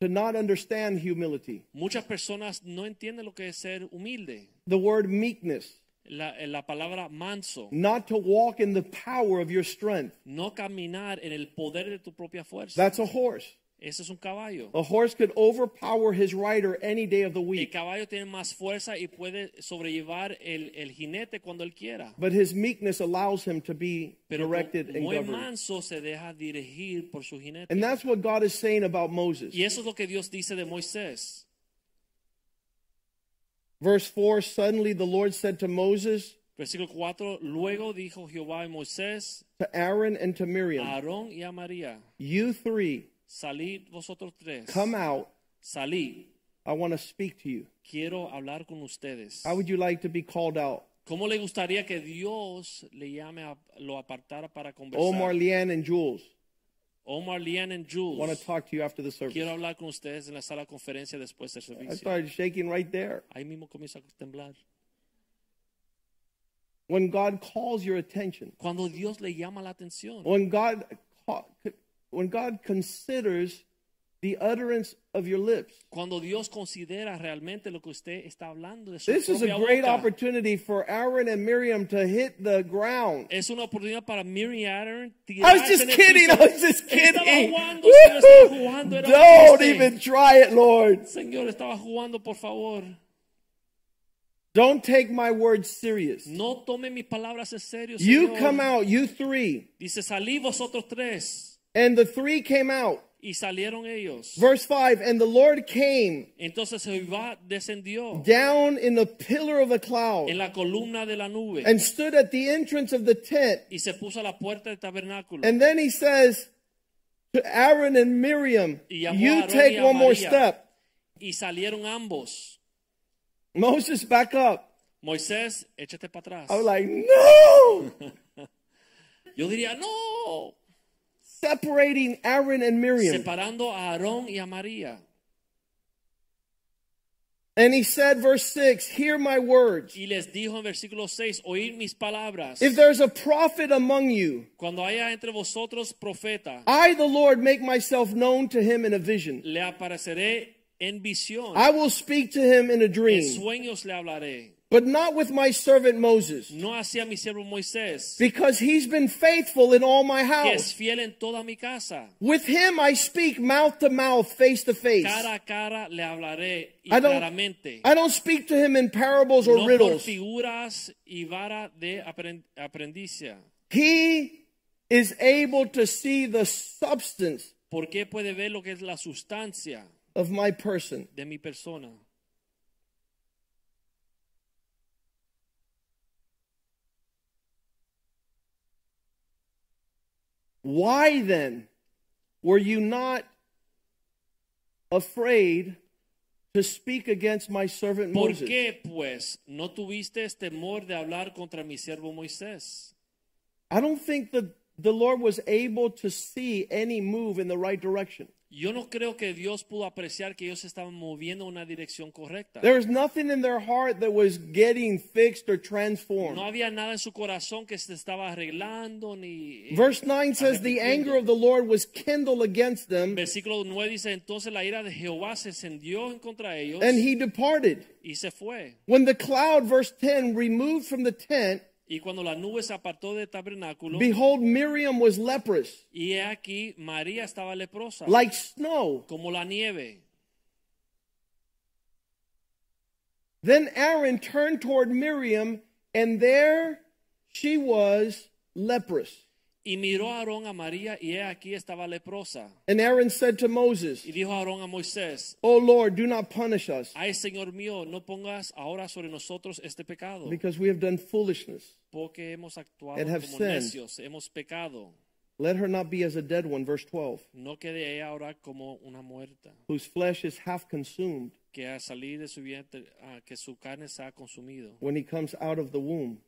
S2: to not understand humility.
S3: Muchas personas no entienden lo que es ser humilde.
S2: The word meekness,
S3: La, la palabra manso,
S2: not to walk in the power of your strength.
S3: no caminar en el poder de tu propia fuerza.
S2: That's a horse.
S3: Ese es un caballo.
S2: A horse could overpower his rider any day of the
S3: El
S2: week,
S3: caballo tiene más fuerza y puede sobrellevar el, el jinete cuando él quiera.
S2: but his meekness allows him to be
S3: Pero
S2: directed and
S3: muy
S2: governed.
S3: manso se deja dirigir por su jinete.
S2: And that's what God is saying about Moses.
S3: Y eso es lo que Dios dice de Moisés.
S2: Verse 4 Suddenly the Lord said to Moses,
S3: Versículo 4, luego dijo Jehová a Moisés,
S2: to Aaron, and to
S3: a
S2: Miriam,
S3: Aarón y a María,
S2: You three,
S3: salid vosotros tres,
S2: come out.
S3: salid,
S2: I want to speak to you.
S3: quiero hablar con ustedes.
S2: How would you like to be called out?
S3: ¿Cómo le gustaría que Dios le llame, a, lo apartara para conversar?
S2: Omar, Leanne, and Jules
S3: Omar, Lian and
S2: want
S3: Jules.
S2: to talk to you after the service.
S3: Quiero hablar con ustedes en la sala de conferencia después del
S2: I
S3: servicio.
S2: started shaking right there.
S3: Ahí mismo comienza a temblar.
S2: When God calls your attention,
S3: Cuando Dios le llama la atención.
S2: when God, ca- when God considers the utterance of your lips,
S3: Cuando Dios considera realmente lo que usted está hablando de su
S2: this is a
S3: propia
S2: great
S3: boca.
S2: opportunity for Aaron and Miriam to hit the ground.
S3: Es una oportunidad para Miriam Aaron
S2: I was just kidding. I was just
S3: Estaba
S2: kidding.
S3: jugando, señor, estaba jugando.
S2: Woohoo!
S3: Era un
S2: Don't
S3: chiste.
S2: even try it, Lord.
S3: Señor, estaba jugando, por favor.
S2: Don't take my word serious.
S3: No tome mis palabras en serio,
S2: You
S3: Señor.
S2: come out, you three.
S3: Dice, salí vosotros tres.
S2: And the three came out.
S3: Y salieron ellos.
S2: Verse 5 And the Lord came
S3: Entonces Jehová descendió
S2: down in the pillar of a
S3: en
S2: cloud
S3: la columna de la nube
S2: and stood at the entrance of the tent.
S3: y se puso a la puerta del tabernáculo.
S2: And then he says to Aaron and Miriam,
S3: Y llamó a
S2: You
S3: Aarón y
S2: take
S3: a
S2: one more
S3: María.
S2: step.
S3: y salieron ambos.
S2: Moses, back up.
S3: Moisés, échate para atrás.
S2: I was like, No!
S3: Yo diría, no.
S2: Separating Aaron and Miriam.
S3: Separando a Aarón y a María.
S2: And he said, verse 6 Hear my words.
S3: Y les dijo en versículo 6, oíd mis palabras.
S2: If there's a prophet among you,
S3: Cuando haya entre vosotros profeta,
S2: I, the Lord, make myself known to him in a vision.
S3: le apareceré en visión.
S2: I will speak to him in a
S3: En
S2: dream,
S3: sueños le hablaré.
S2: but not with my servant Moses,
S3: No hacía mi siervo Moisés,
S2: because he's been faithful in all my
S3: que es
S2: house.
S3: fiel en toda mi casa.
S2: With him I speak mouth to mouth, face to face.
S3: Cara a cara le hablaré y
S2: I don't,
S3: claramente.
S2: I don't speak to him in parables or
S3: no por
S2: riddles.
S3: figuras y vara de aprend- aprendicia.
S2: He is able to see the substance
S3: Porque puede ver lo que es la sustancia
S2: of my person.
S3: de mi persona.
S2: Why then were you not afraid to speak against my servant
S3: ¿Por
S2: Moses?
S3: qué, pues, no tuviste este temor de hablar contra mi siervo Moisés?
S2: I don't think that the Lord was able to see any move in the right direction.
S3: Yo no creo que Dios pudo apreciar que ellos se estaban moviendo en una dirección correcta.
S2: There was nothing in their heart that was getting fixed or transformed.
S3: No había nada en su corazón que se estaba arreglando ni... eh,
S2: Verse 9 says, The anger of the Lord was kindled against them,
S3: Versículo 9 dice, entonces la ira de Jehová se encendió en contra ellos
S2: and he departed.
S3: y se fue.
S2: When the cloud, verse 10, removed from the tent,
S3: Y cuando la nube se apartó del tabernáculo,
S2: behold, Miriam was leprous,
S3: y he aquí María estaba leprosa,
S2: like snow.
S3: como la nieve.
S2: Then Aaron turned toward Miriam, and there she was leprous.
S3: Y miró Aarón a María y he aquí estaba leprosa.
S2: And Aaron said to Moses,
S3: Y dijo Aarón a Moisés,
S2: O Lord, do not punish us,
S3: ay Señor mío, no pongas ahora sobre nosotros este pecado,
S2: because we have done foolishness.
S3: porque hemos actuado
S2: And have
S3: como
S2: sinned.
S3: necios, hemos pecado.
S2: Let her not be as a dead one, verse 12,
S3: No quede ella ahora como una muerta,
S2: whose flesh is half consumed
S3: que al salir de su vientre, ah, que su carne se ha consumido,
S2: when he comes out of the womb.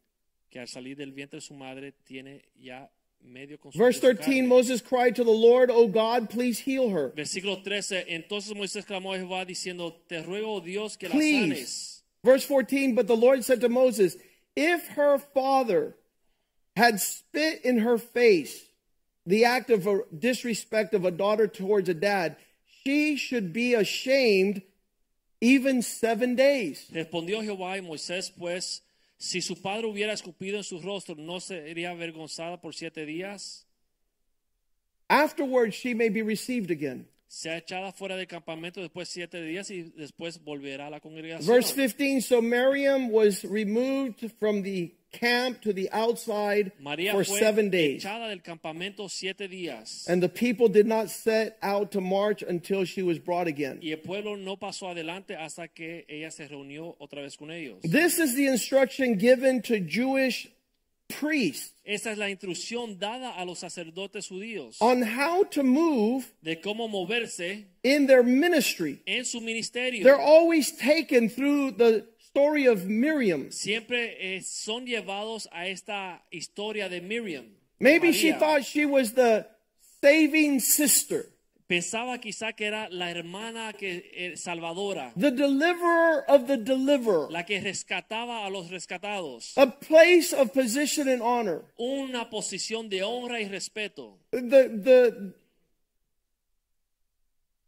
S3: que al salir del vientre de su madre tiene ya medio consumido.
S2: Verse
S3: su carne.
S2: 13 Moses cried to the Lord, O God, please heal her.
S3: Versículo 13, entonces Moisés clamó a Jehová diciendo, te ruego oh Dios que la sanes.
S2: Please. Verse 14 But the Lord said to Moses, If her father had spit in her face the act of a disrespect of a daughter towards a dad, she should be ashamed even seven days.
S3: Respondió Jehová y Moisés, pues, si su padre hubiera escupido en su rostro, ¿no sería avergonzada por siete días?
S2: Afterwards, she may be received again.
S3: Sea echada fuera del campamento después siete días y después volverá a la congregación.
S2: Verse 15 So Miriam was removed from the camp to the outside
S3: María
S2: for
S3: fue
S2: seven days.
S3: echada del campamento siete días.
S2: And the people did not set out to march until she was brought again.
S3: y el pueblo no pasó adelante hasta que ella se reunió otra vez con ellos.
S2: This is the instruction given to Jewish priests
S3: Esta es la instrucción dada a los sacerdotes judíos
S2: on how to move
S3: de cómo moverse
S2: in their ministry.
S3: en su ministerio.
S2: They're always taken through the story of Miriam.
S3: siempre eh, son llevados a esta historia de Miriam.
S2: Maybe she
S3: María.
S2: thought she was the saving sister,
S3: Pensaba quizá que era la hermana que eh, salvadora,
S2: the deliverer of the deliverer,
S3: la que rescataba a los rescatados,
S2: a place of position and honor,
S3: una posición de honra y respeto.
S2: the the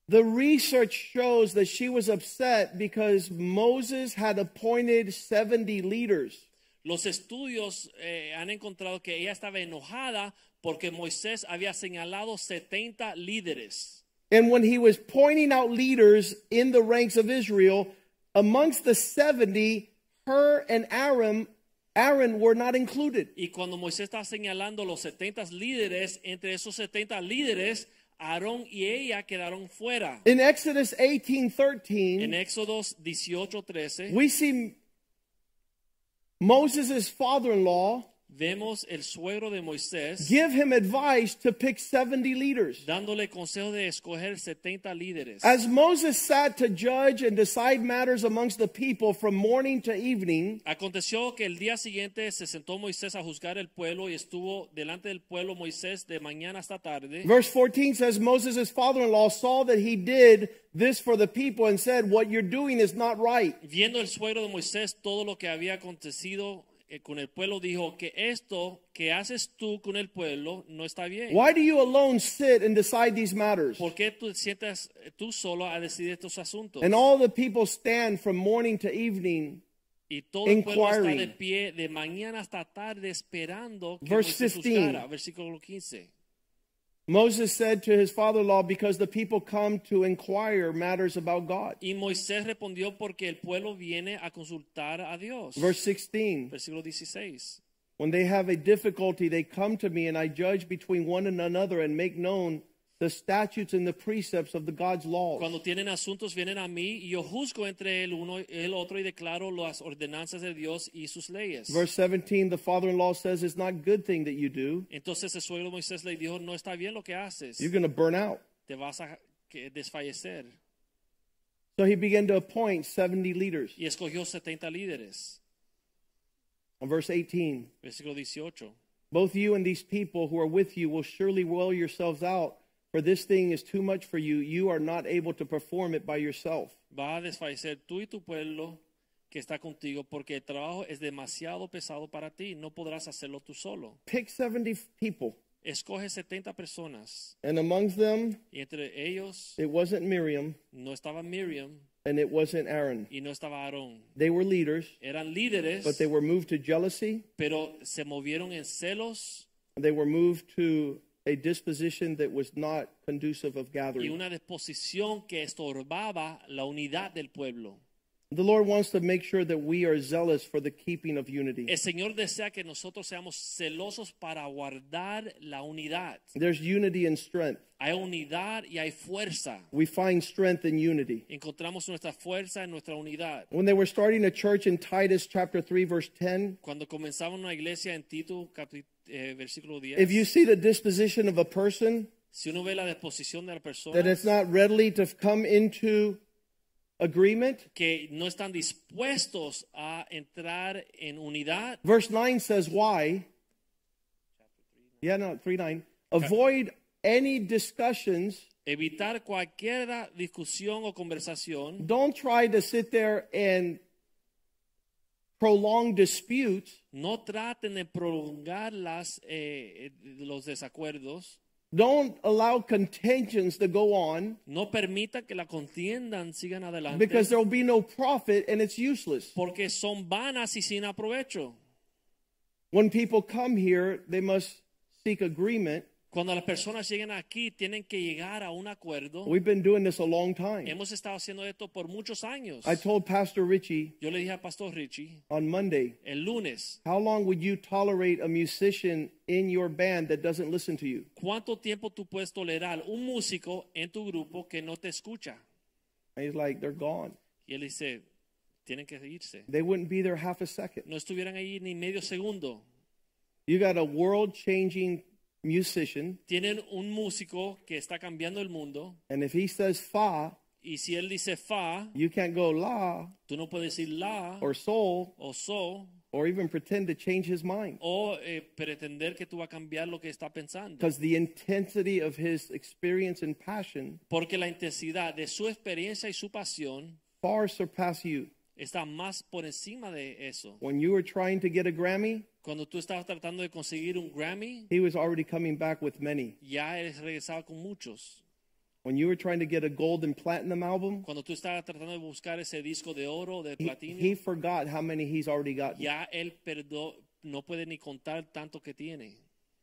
S2: the research shows that she was upset because Moses had appointed 70 leaders.
S3: Los estudios eh, han encontrado que ella estaba enojada porque Moisés había señalado 70 líderes.
S2: And when he was pointing out leaders in the ranks of Israel, amongst the 70, her and Aaron, Aaron were not included.
S3: Y cuando Moisés estaba señalando los 70 líderes, entre esos 70 líderes, Aarón y ella quedaron fuera.
S2: In Exodus 18
S3: En
S2: 13,
S3: Éxodos 18:13
S2: we see Moses' father in law
S3: vemos el suegro de Moisés
S2: give him advice to pick 70 leaders.
S3: dándole consejo de escoger 70 líderes.
S2: As Moses sat to judge and decide matters amongst the people from morning to evening,
S3: Aconteció que el día siguiente se sentó Moisés a juzgar el pueblo y estuvo delante del pueblo Moisés de mañana hasta tarde.
S2: verse 14 says Moses' father in law saw that he did this for the people and said, What you're doing is not right.
S3: Viendo el suegro de Moisés todo lo que había acontecido eh, con el pueblo, dijo que esto que haces tú con el pueblo no está bien.
S2: Why do you alone sit and decide these matters?
S3: ¿Por qué tú sientas eh, tú solo a decidir estos asuntos?
S2: And all the people stand from morning to evening.
S3: Y todo el pueblo está de
S2: Inquiring.
S3: pie de mañana hasta tarde esperando que
S2: Verse
S3: Moisés
S2: 15.
S3: juzgara. Versículo 15.
S2: Moses said to his father in law, Because the people come to inquire matters about God.
S3: Y Moisés respondió porque el pueblo viene a consultar a Dios.
S2: Verse 16
S3: Versículo 16.
S2: When they have a difficulty, they come to me, and I judge between one and another and make known the statutes and the precepts of the God's laws.
S3: Cuando tienen asuntos vienen a mí y yo juzgo entre el uno y el otro y declaro las ordenanzas de Dios y sus leyes.
S2: Verse 17 The father in law says, It's not a good thing that you do.
S3: Entonces el suegro Moisés le dijo, no está bien lo que haces,
S2: You're going to burn out.
S3: te vas a que- desfallecer.
S2: So he began to appoint 70 leaders.
S3: Y escogió 70 líderes.
S2: Verse 18.
S3: Versículo 18.
S2: Both you and these people who are with you will surely well yourselves out For this thing is too much for you. You are not able to perform it by yourself.
S3: Vas a desfallecer tú y tu pueblo que está contigo porque el trabajo es demasiado pesado para ti. No podrás hacerlo tú solo.
S2: Pick 70 people,
S3: Escoge 70 personas
S2: and amongst them,
S3: y entre ellos
S2: it wasn't Miriam
S3: no estaba Miriam
S2: and it wasn't Aaron.
S3: y no estaba Aarón.
S2: They were leaders,
S3: Eran líderes,
S2: but they were moved to jealousy.
S3: pero se movieron en celos
S2: They were moved to a disposition that was not conducive of
S3: y
S2: gathering.
S3: una disposición que estorbaba la unidad del pueblo.
S2: The Lord wants to make sure that we are zealous for the keeping of unity.
S3: El Señor desea que nosotros seamos celosos para guardar la unidad.
S2: There's unity and strength.
S3: Hay unidad y hay fuerza.
S2: We find strength in unity.
S3: Encontramos nuestra fuerza en nuestra unidad.
S2: When they were starting a church in Titus chapter 3 verse 10,
S3: Cuando comenzamos una iglesia en Tito, capi- eh, versículo 10,
S2: if you see the disposition of a person
S3: si uno ve la disposición de la persona
S2: that it's not readily to come into agreement,
S3: que no están dispuestos a entrar en unidad,
S2: verse 9 says why? Yeah, no, 3 9. Avoid any discussions.
S3: evitar cualquier discusión o conversación,
S2: Don't try to sit there and prolong disputes.
S3: no traten de prolongar las, eh, eh, los desacuerdos,
S2: Don't allow contentions to go on
S3: no permita que la contiendan sigan adelante,
S2: because there will be no profit and it's useless.
S3: porque son vanas y sin aprovecho.
S2: When people come here, they must seek agreement.
S3: Cuando las personas lleguen aquí, tienen que llegar a un acuerdo.
S2: We've been doing this a long time.
S3: Hemos estado haciendo esto por muchos años.
S2: I told Pastor Richie
S3: Yo le dije a Pastor Richie
S2: on Monday,
S3: el lunes,
S2: how long would you tolerate a musician in your band that doesn't listen to you?
S3: ¿cuánto tiempo tú puedes tolerar un músico en tu grupo que no te escucha?
S2: And he's like, they're gone.
S3: Y él dice, tienen que irse.
S2: They wouldn't be there half a second.
S3: No estuvieran ahí ni medio segundo.
S2: You got a world changing musician,
S3: Tienen un músico que está cambiando el mundo
S2: and if he says fa,
S3: y si él dice fa,
S2: you can't go la
S3: tú no puedes decir la
S2: or sol
S3: o so
S2: or even pretend to change his mind.
S3: o eh, pretender que tú vas a cambiar lo que está pensando.
S2: because the intensity of his experience and passion
S3: Porque la intensidad de su experiencia y su pasión
S2: far surpass you.
S3: está más por encima de eso.
S2: When you were trying to get a Grammy,
S3: Cuando tú estabas tratando de conseguir un Grammy,
S2: he was already coming back with many.
S3: ya eres regresado con muchos.
S2: When you were trying to get a gold and platinum album,
S3: Cuando tú estabas tratando de buscar ese disco de oro o de
S2: he,
S3: platino,
S2: he forgot how many he's already gotten.
S3: ya él perdo- no puede ni contar tanto que tiene.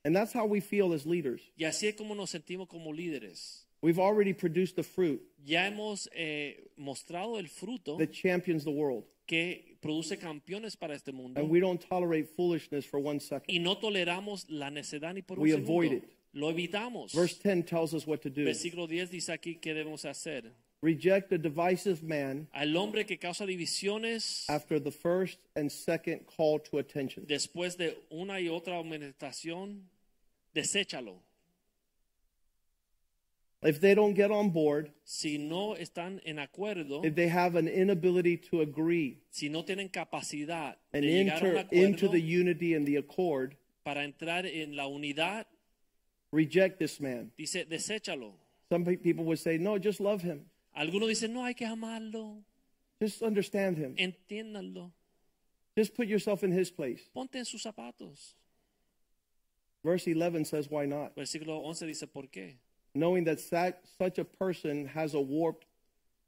S2: And that's how we feel as leaders.
S3: Y así es como nos sentimos como líderes.
S2: We've already produced the fruit
S3: Ya hemos eh, mostrado el fruto
S2: that champions the world,
S3: que produce campeones para este mundo
S2: and we don't tolerate foolishness for one second.
S3: y no toleramos la necedad ni por
S2: We
S3: un segundo.
S2: avoid it.
S3: Lo evitamos.
S2: Verse 10 tells us what to do
S3: Versículo 10 dice aquí qué debemos hacer.
S2: reject a divisive man
S3: Al hombre que causa divisiones
S2: after the first and second call to attention.
S3: después de una y otra aumentación, deséchalo.
S2: If they don't get on board,
S3: Si no están en acuerdo,
S2: if they have an inability to agree
S3: si no tienen capacidad de
S2: and
S3: llegar a un
S2: enter into
S3: acuerdo
S2: the unity and the accord,
S3: para entrar en la unidad,
S2: reject this man.
S3: dice, deséchalo.
S2: Some pe- people would say, no, just love him.
S3: Algunos dicen, no, hay que amarlo,
S2: Just understand him.
S3: entiéndanlo,
S2: Just put yourself in his place.
S3: ponte en sus zapatos.
S2: Verse 11 says, why not?
S3: Versículo 11 dice, ¿por qué?
S2: Knowing that sa- such a person has a warped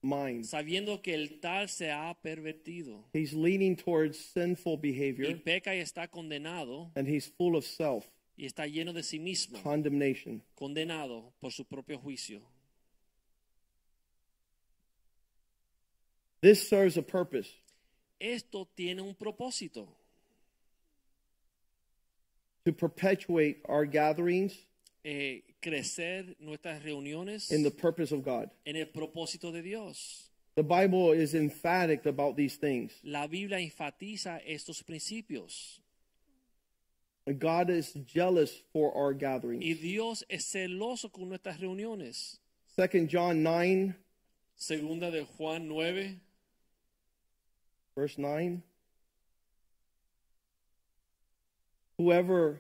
S2: mind.
S3: Sabiendo que el tal se ha pervertido
S2: He's leaning towards sinful
S3: y
S2: behavior
S3: peca y está condenado
S2: and he's full of self
S3: y está lleno de sí mismo,
S2: condemnation.
S3: condenado por su propio juicio.
S2: This serves a purpose.
S3: Esto tiene un propósito,
S2: To perpetuate our gatherings
S3: eh, crecer nuestras reuniones
S2: in the purpose of God.
S3: en el propósito de Dios.
S2: The Bible is emphatic about these things.
S3: La Biblia enfatiza estos principios
S2: God is jealous for our
S3: y
S2: gatherings.
S3: Dios es celoso con nuestras reuniones.
S2: Second John 9,
S3: Segunda de Juan 9,
S2: verse 9. Whoever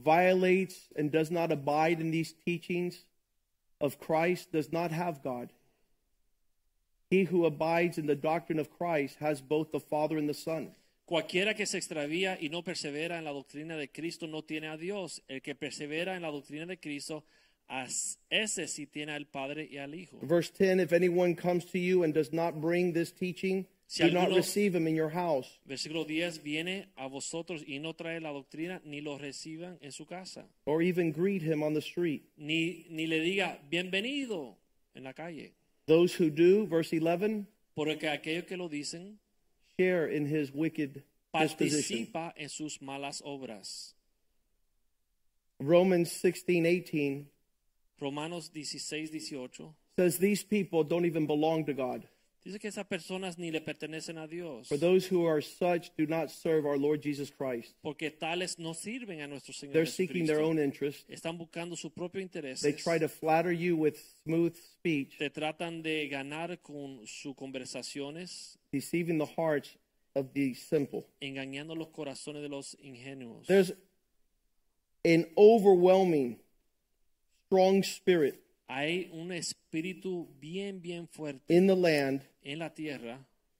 S2: violates and does not abide in these teachings of Christ does not have God. He who abides in the doctrine of Christ has both the Father and the Son.
S3: Cualquiera que se extravía y no persevera en la doctrina de Cristo no tiene a Dios. El que persevera en la doctrina de Cristo, as- ese sí tiene al Padre y al Hijo.
S2: Verse 10 If anyone comes to you and does not bring this teaching,
S3: Si
S2: do not
S3: alguno-
S2: receive him in your house.
S3: Versículo 10, viene a vosotros y no trae la doctrina, ni lo reciban en su casa,
S2: or even greet him on the street.
S3: ni, ni le diga bienvenido en la calle.
S2: Those who do, verse 11,
S3: Porque aquellos que lo dicen
S2: share in his wicked disposition.
S3: participa en sus malas obras.
S2: Romans 16, 18
S3: Romanos 16, 18
S2: says these people don't even belong to God.
S3: dice que esas personas ni le pertenecen a Dios,
S2: For those who are such do not serve our Lord Jesus Christ.
S3: porque tales no sirven a nuestro Señor.
S2: They're seeking their
S3: Jesucristo.
S2: own interest.
S3: Están buscando su propio interés.
S2: They try to flatter you with smooth speech,
S3: Te tratan de ganar con sus conversaciones,
S2: deceiving the hearts of the simple.
S3: engañando los corazones de los ingenuos.
S2: There's an overwhelming, strong spirit
S3: Hay un espíritu bien, bien fuerte
S2: in the land
S3: en la tierra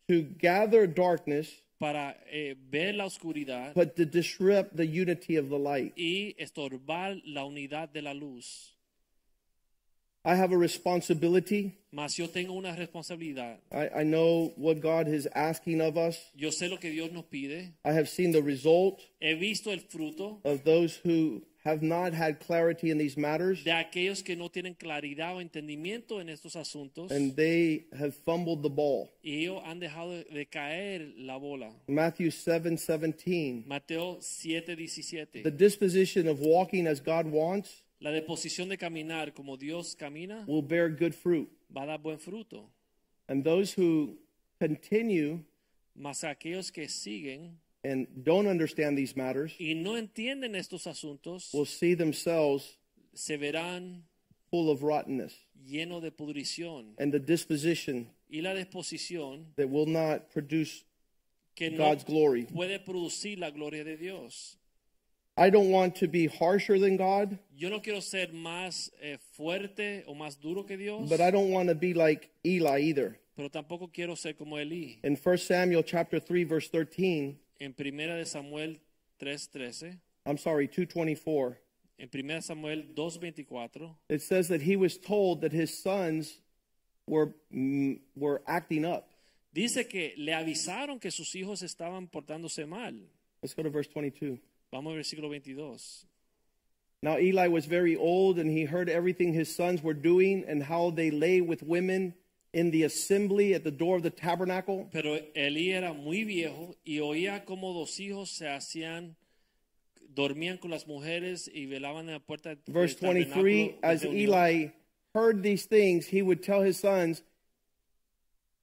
S2: to gather darkness
S3: para eh, ver la oscuridad
S2: but to disrupt the unity of the light.
S3: y estorbar la unidad de la luz.
S2: I have a responsibility.
S3: Mas yo tengo una responsabilidad.
S2: I, I know what God is asking of us.
S3: Yo sé lo que Dios nos pide.
S2: I have seen the result
S3: He visto el fruto
S2: of those who have not had clarity in these matters,
S3: de aquellos que no tienen claridad o entendimiento en estos asuntos
S2: and they have fumbled the ball.
S3: y ellos han dejado de- de caer la bola.
S2: Matthew seven seventeen.
S3: Mateo 7, 17.
S2: The disposition of walking as God wants
S3: La disposición de caminar como Dios camina
S2: will bear good fruit.
S3: va a dar buen fruto.
S2: And those who continue
S3: Mas aquellos que siguen
S2: and don't understand these matters
S3: y no entienden estos asuntos
S2: will see themselves
S3: se verán
S2: full of rottenness
S3: llenos de pudrición
S2: and the disposition
S3: y la disposición
S2: that will not produce.
S3: que no
S2: God's glory.
S3: puede producir la gloria de Dios.
S2: I don't want to be harsher than God,
S3: Yo no quiero ser más eh, fuerte o más duro que Dios,
S2: but I don't want to be like Eli either.
S3: pero tampoco quiero ser como Elí.
S2: In 1 Samuel chapter 3 verse 13,
S3: En primera de Samuel 3:13,
S2: I'm sorry, 224,
S3: en primera de Samuel 2:24,
S2: it says that he was told that his sons were mm, were acting up.
S3: dice que le avisaron que sus hijos estaban portándose mal.
S2: Let's go to verse 22.
S3: Vamos al versículo 22.
S2: Now Eli was very old and he heard everything his sons were doing and how they lay with women in the assembly at the door of the tabernacle.
S3: Pero Elí era muy viejo y oía cómo los hijos se hacían, dormían con las mujeres y velaban en la puerta del
S2: Verse
S3: tabernáculo
S2: 23
S3: de
S2: As
S3: reunión.
S2: Eli heard these things, he would tell his sons,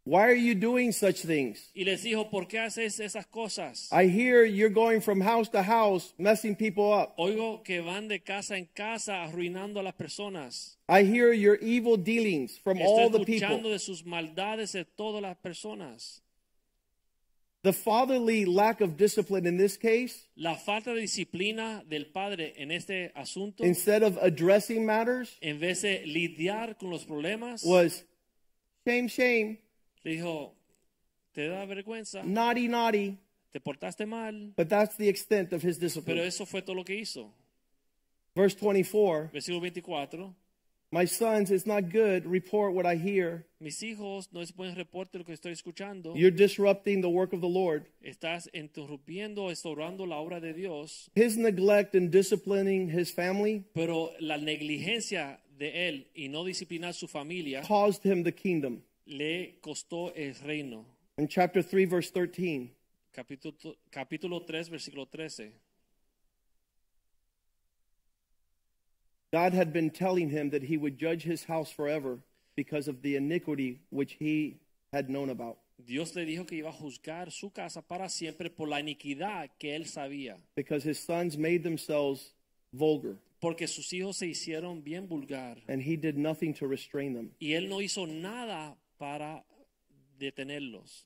S2: Why are you doing such things?
S3: Y les dijo, ¿por qué haces esas cosas?
S2: I hear you're going from house to house, messing people up.
S3: Oigo que van de casa en casa arruinando a las personas.
S2: I hear your evil dealings from
S3: Estoy
S2: all the
S3: escuchando
S2: people.
S3: de sus maldades de todas las personas.
S2: The fatherly lack of discipline in this case,
S3: La falta de disciplina del padre en este asunto,
S2: instead of addressing matters,
S3: en vez de lidiar con los problemas,
S2: was shame, shame,
S3: le dijo, te da vergüenza,
S2: naughty, naughty.
S3: te portaste mal,
S2: But that's the extent of his
S3: pero
S2: discipline.
S3: eso fue todo lo que hizo.
S2: Verse 24
S3: Versículo 24,
S2: My sons, it's not good, report what I hear.
S3: mis hijos, no es buen reporte lo que estoy escuchando.
S2: You're disrupting the work of the Lord.
S3: Estás interrumpiendo, o estorbando la obra de Dios.
S2: His neglect in disciplining his family
S3: Pero la negligencia de él y no disciplinar su familia
S2: caused him the kingdom.
S3: le costó el reino.
S2: In chapter 3, verse 13,
S3: Capítulo, capítulo 3, versículo 13.
S2: God had been telling him that he would judge his house forever because of the iniquity which he had known about.
S3: Dios le dijo que iba a juzgar su casa para siempre por la iniquidad que él sabía,
S2: Because his sons made themselves vulgar,
S3: porque sus hijos se hicieron bien vulgar
S2: and he did nothing to restrain them.
S3: y él no hizo nada para detenerlos.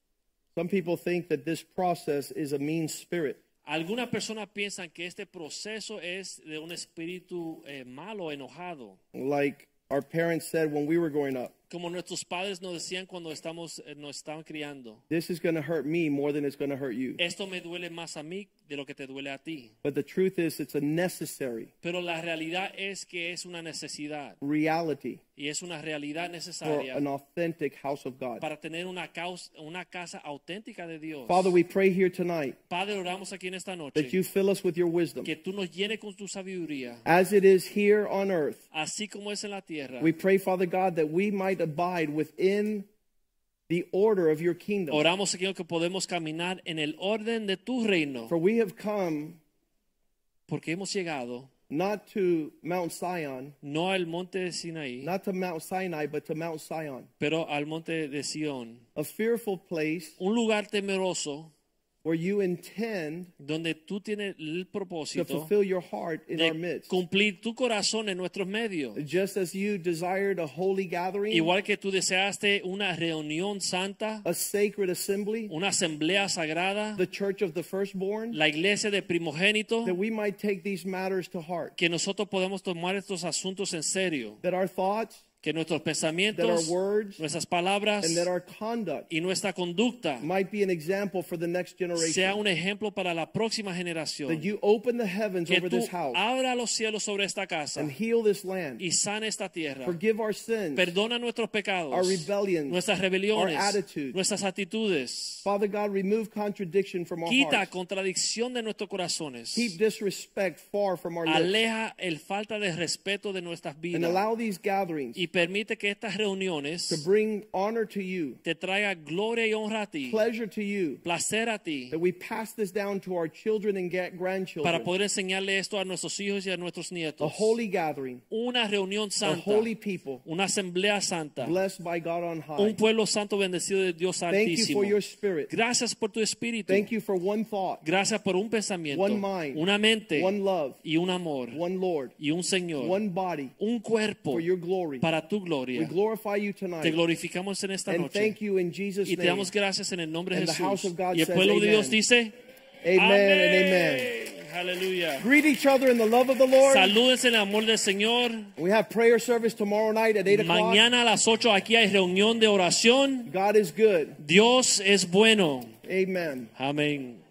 S2: Some people think that this process is a mean spirit.
S3: Algunas personas piensan que este proceso es de un espíritu eh, malo, enojado.
S2: Like our parents said when we were growing up.
S3: Como nuestros padres nos decían cuando estamos, eh, nos estaban criando,
S2: This is going to hurt me more than it's going to hurt you.
S3: esto me duele más a mí de lo que te duele a ti.
S2: But the truth is, it's a necessary
S3: Pero la realidad es que es una necesidad
S2: reality
S3: y es una realidad
S2: for
S3: necesaria
S2: an authentic house of God.
S3: para tener una, caus- una casa auténtica de Dios.
S2: Father, we pray here tonight
S3: Padre, oramos aquí en esta noche
S2: that you fill us with your wisdom.
S3: que tú nos llenes con tu sabiduría,
S2: As it is here on earth,
S3: así como es en la tierra.
S2: we pray, Father God, that we might abide within the order of your kingdom.
S3: Oramos, Señor, que podemos caminar en el orden de tu reino,
S2: For we have come
S3: porque hemos llegado
S2: not to Mount Sion,
S3: no al monte de Sinaí,
S2: not to Mount Sinai, but to Mount Sion,
S3: pero al monte de Sión,
S2: a fearful place
S3: un lugar temeroso
S2: where you intend
S3: donde tú tienes el
S2: to
S3: propósito
S2: fulfill your heart in our
S3: de
S2: midst.
S3: cumplir tu corazón en nuestros medios.
S2: Just as you desired a holy gathering,
S3: Igual que tú deseaste una reunión santa,
S2: a sacred assembly,
S3: una asamblea sagrada,
S2: the church of the firstborn,
S3: la iglesia de primogénito,
S2: that we might take these matters to heart,
S3: que nosotros podamos tomar estos asuntos en serio,
S2: that our thoughts
S3: que nuestros
S2: That
S3: pensamientos,
S2: our words
S3: nuestras palabras
S2: and that our conduct
S3: y nuestra conducta
S2: might be an example for the next
S3: sea
S2: generation.
S3: un ejemplo para la próxima
S2: That
S3: generación.
S2: you open the heavens
S3: Que
S2: over
S3: tú
S2: this house
S3: abra los cielos sobre esta casa
S2: and heal this land.
S3: y sane esta tierra.
S2: Forgive our sins,
S3: Perdona nuestros
S2: our
S3: pecados,
S2: rebellions.
S3: nuestras rebeliones,
S2: our attitudes.
S3: nuestras actitudes.
S2: Father God, remove contradiction from our
S3: Quita
S2: hearts.
S3: contradicción de nuestros corazones.
S2: Keep disrespect far from our lips.
S3: Aleja el falta de respeto de nuestras
S2: And
S3: vidas
S2: allow these gatherings
S3: y permite que estas
S2: to
S3: reuniones
S2: bring honor to you,
S3: te traiga gloria y honra a ti,
S2: pleasure to you,
S3: placer a ti,
S2: that we pass this down to our children and ga-
S3: para
S2: grandchildren.
S3: poder enseñarle esto a nuestros hijos y a nuestros
S2: A
S3: nietos.
S2: holy gathering,
S3: Una reunión
S2: a
S3: santa,
S2: holy people,
S3: una asamblea santa,
S2: blessed by God on
S3: un
S2: high.
S3: pueblo santo bendecido de Dios
S2: Thank you
S3: altísimo.
S2: for your spirit.
S3: Gracias por tu espíritu.
S2: Thank you for one thought,
S3: Gracias por un pensamiento,
S2: One mind.
S3: una mente
S2: one love,
S3: y un amor
S2: one Lord,
S3: y un Señor,
S2: one body
S3: un cuerpo
S2: for your glory.
S3: para tu
S2: We
S3: gloria.
S2: glorify you
S3: Te
S2: tonight
S3: glorificamos en esta
S2: and
S3: noche.
S2: thank you in Jesus'
S3: Y te
S2: name.
S3: damos gracias en el nombre de
S2: And the house
S3: Jesús.
S2: of God
S3: Y el
S2: says
S3: pueblo de Dios
S2: amen.
S3: dice,
S2: Amen and amen.
S3: amén. Aleluya.
S2: Greet each other in the love of the Lord.
S3: Saludes en el amor del Señor.
S2: We have prayer service tomorrow night at 8 o'clock.
S3: Mañana a las 8 aquí hay reunión de oración.
S2: God is good.
S3: Dios es bueno.
S2: Amen.
S3: Amén.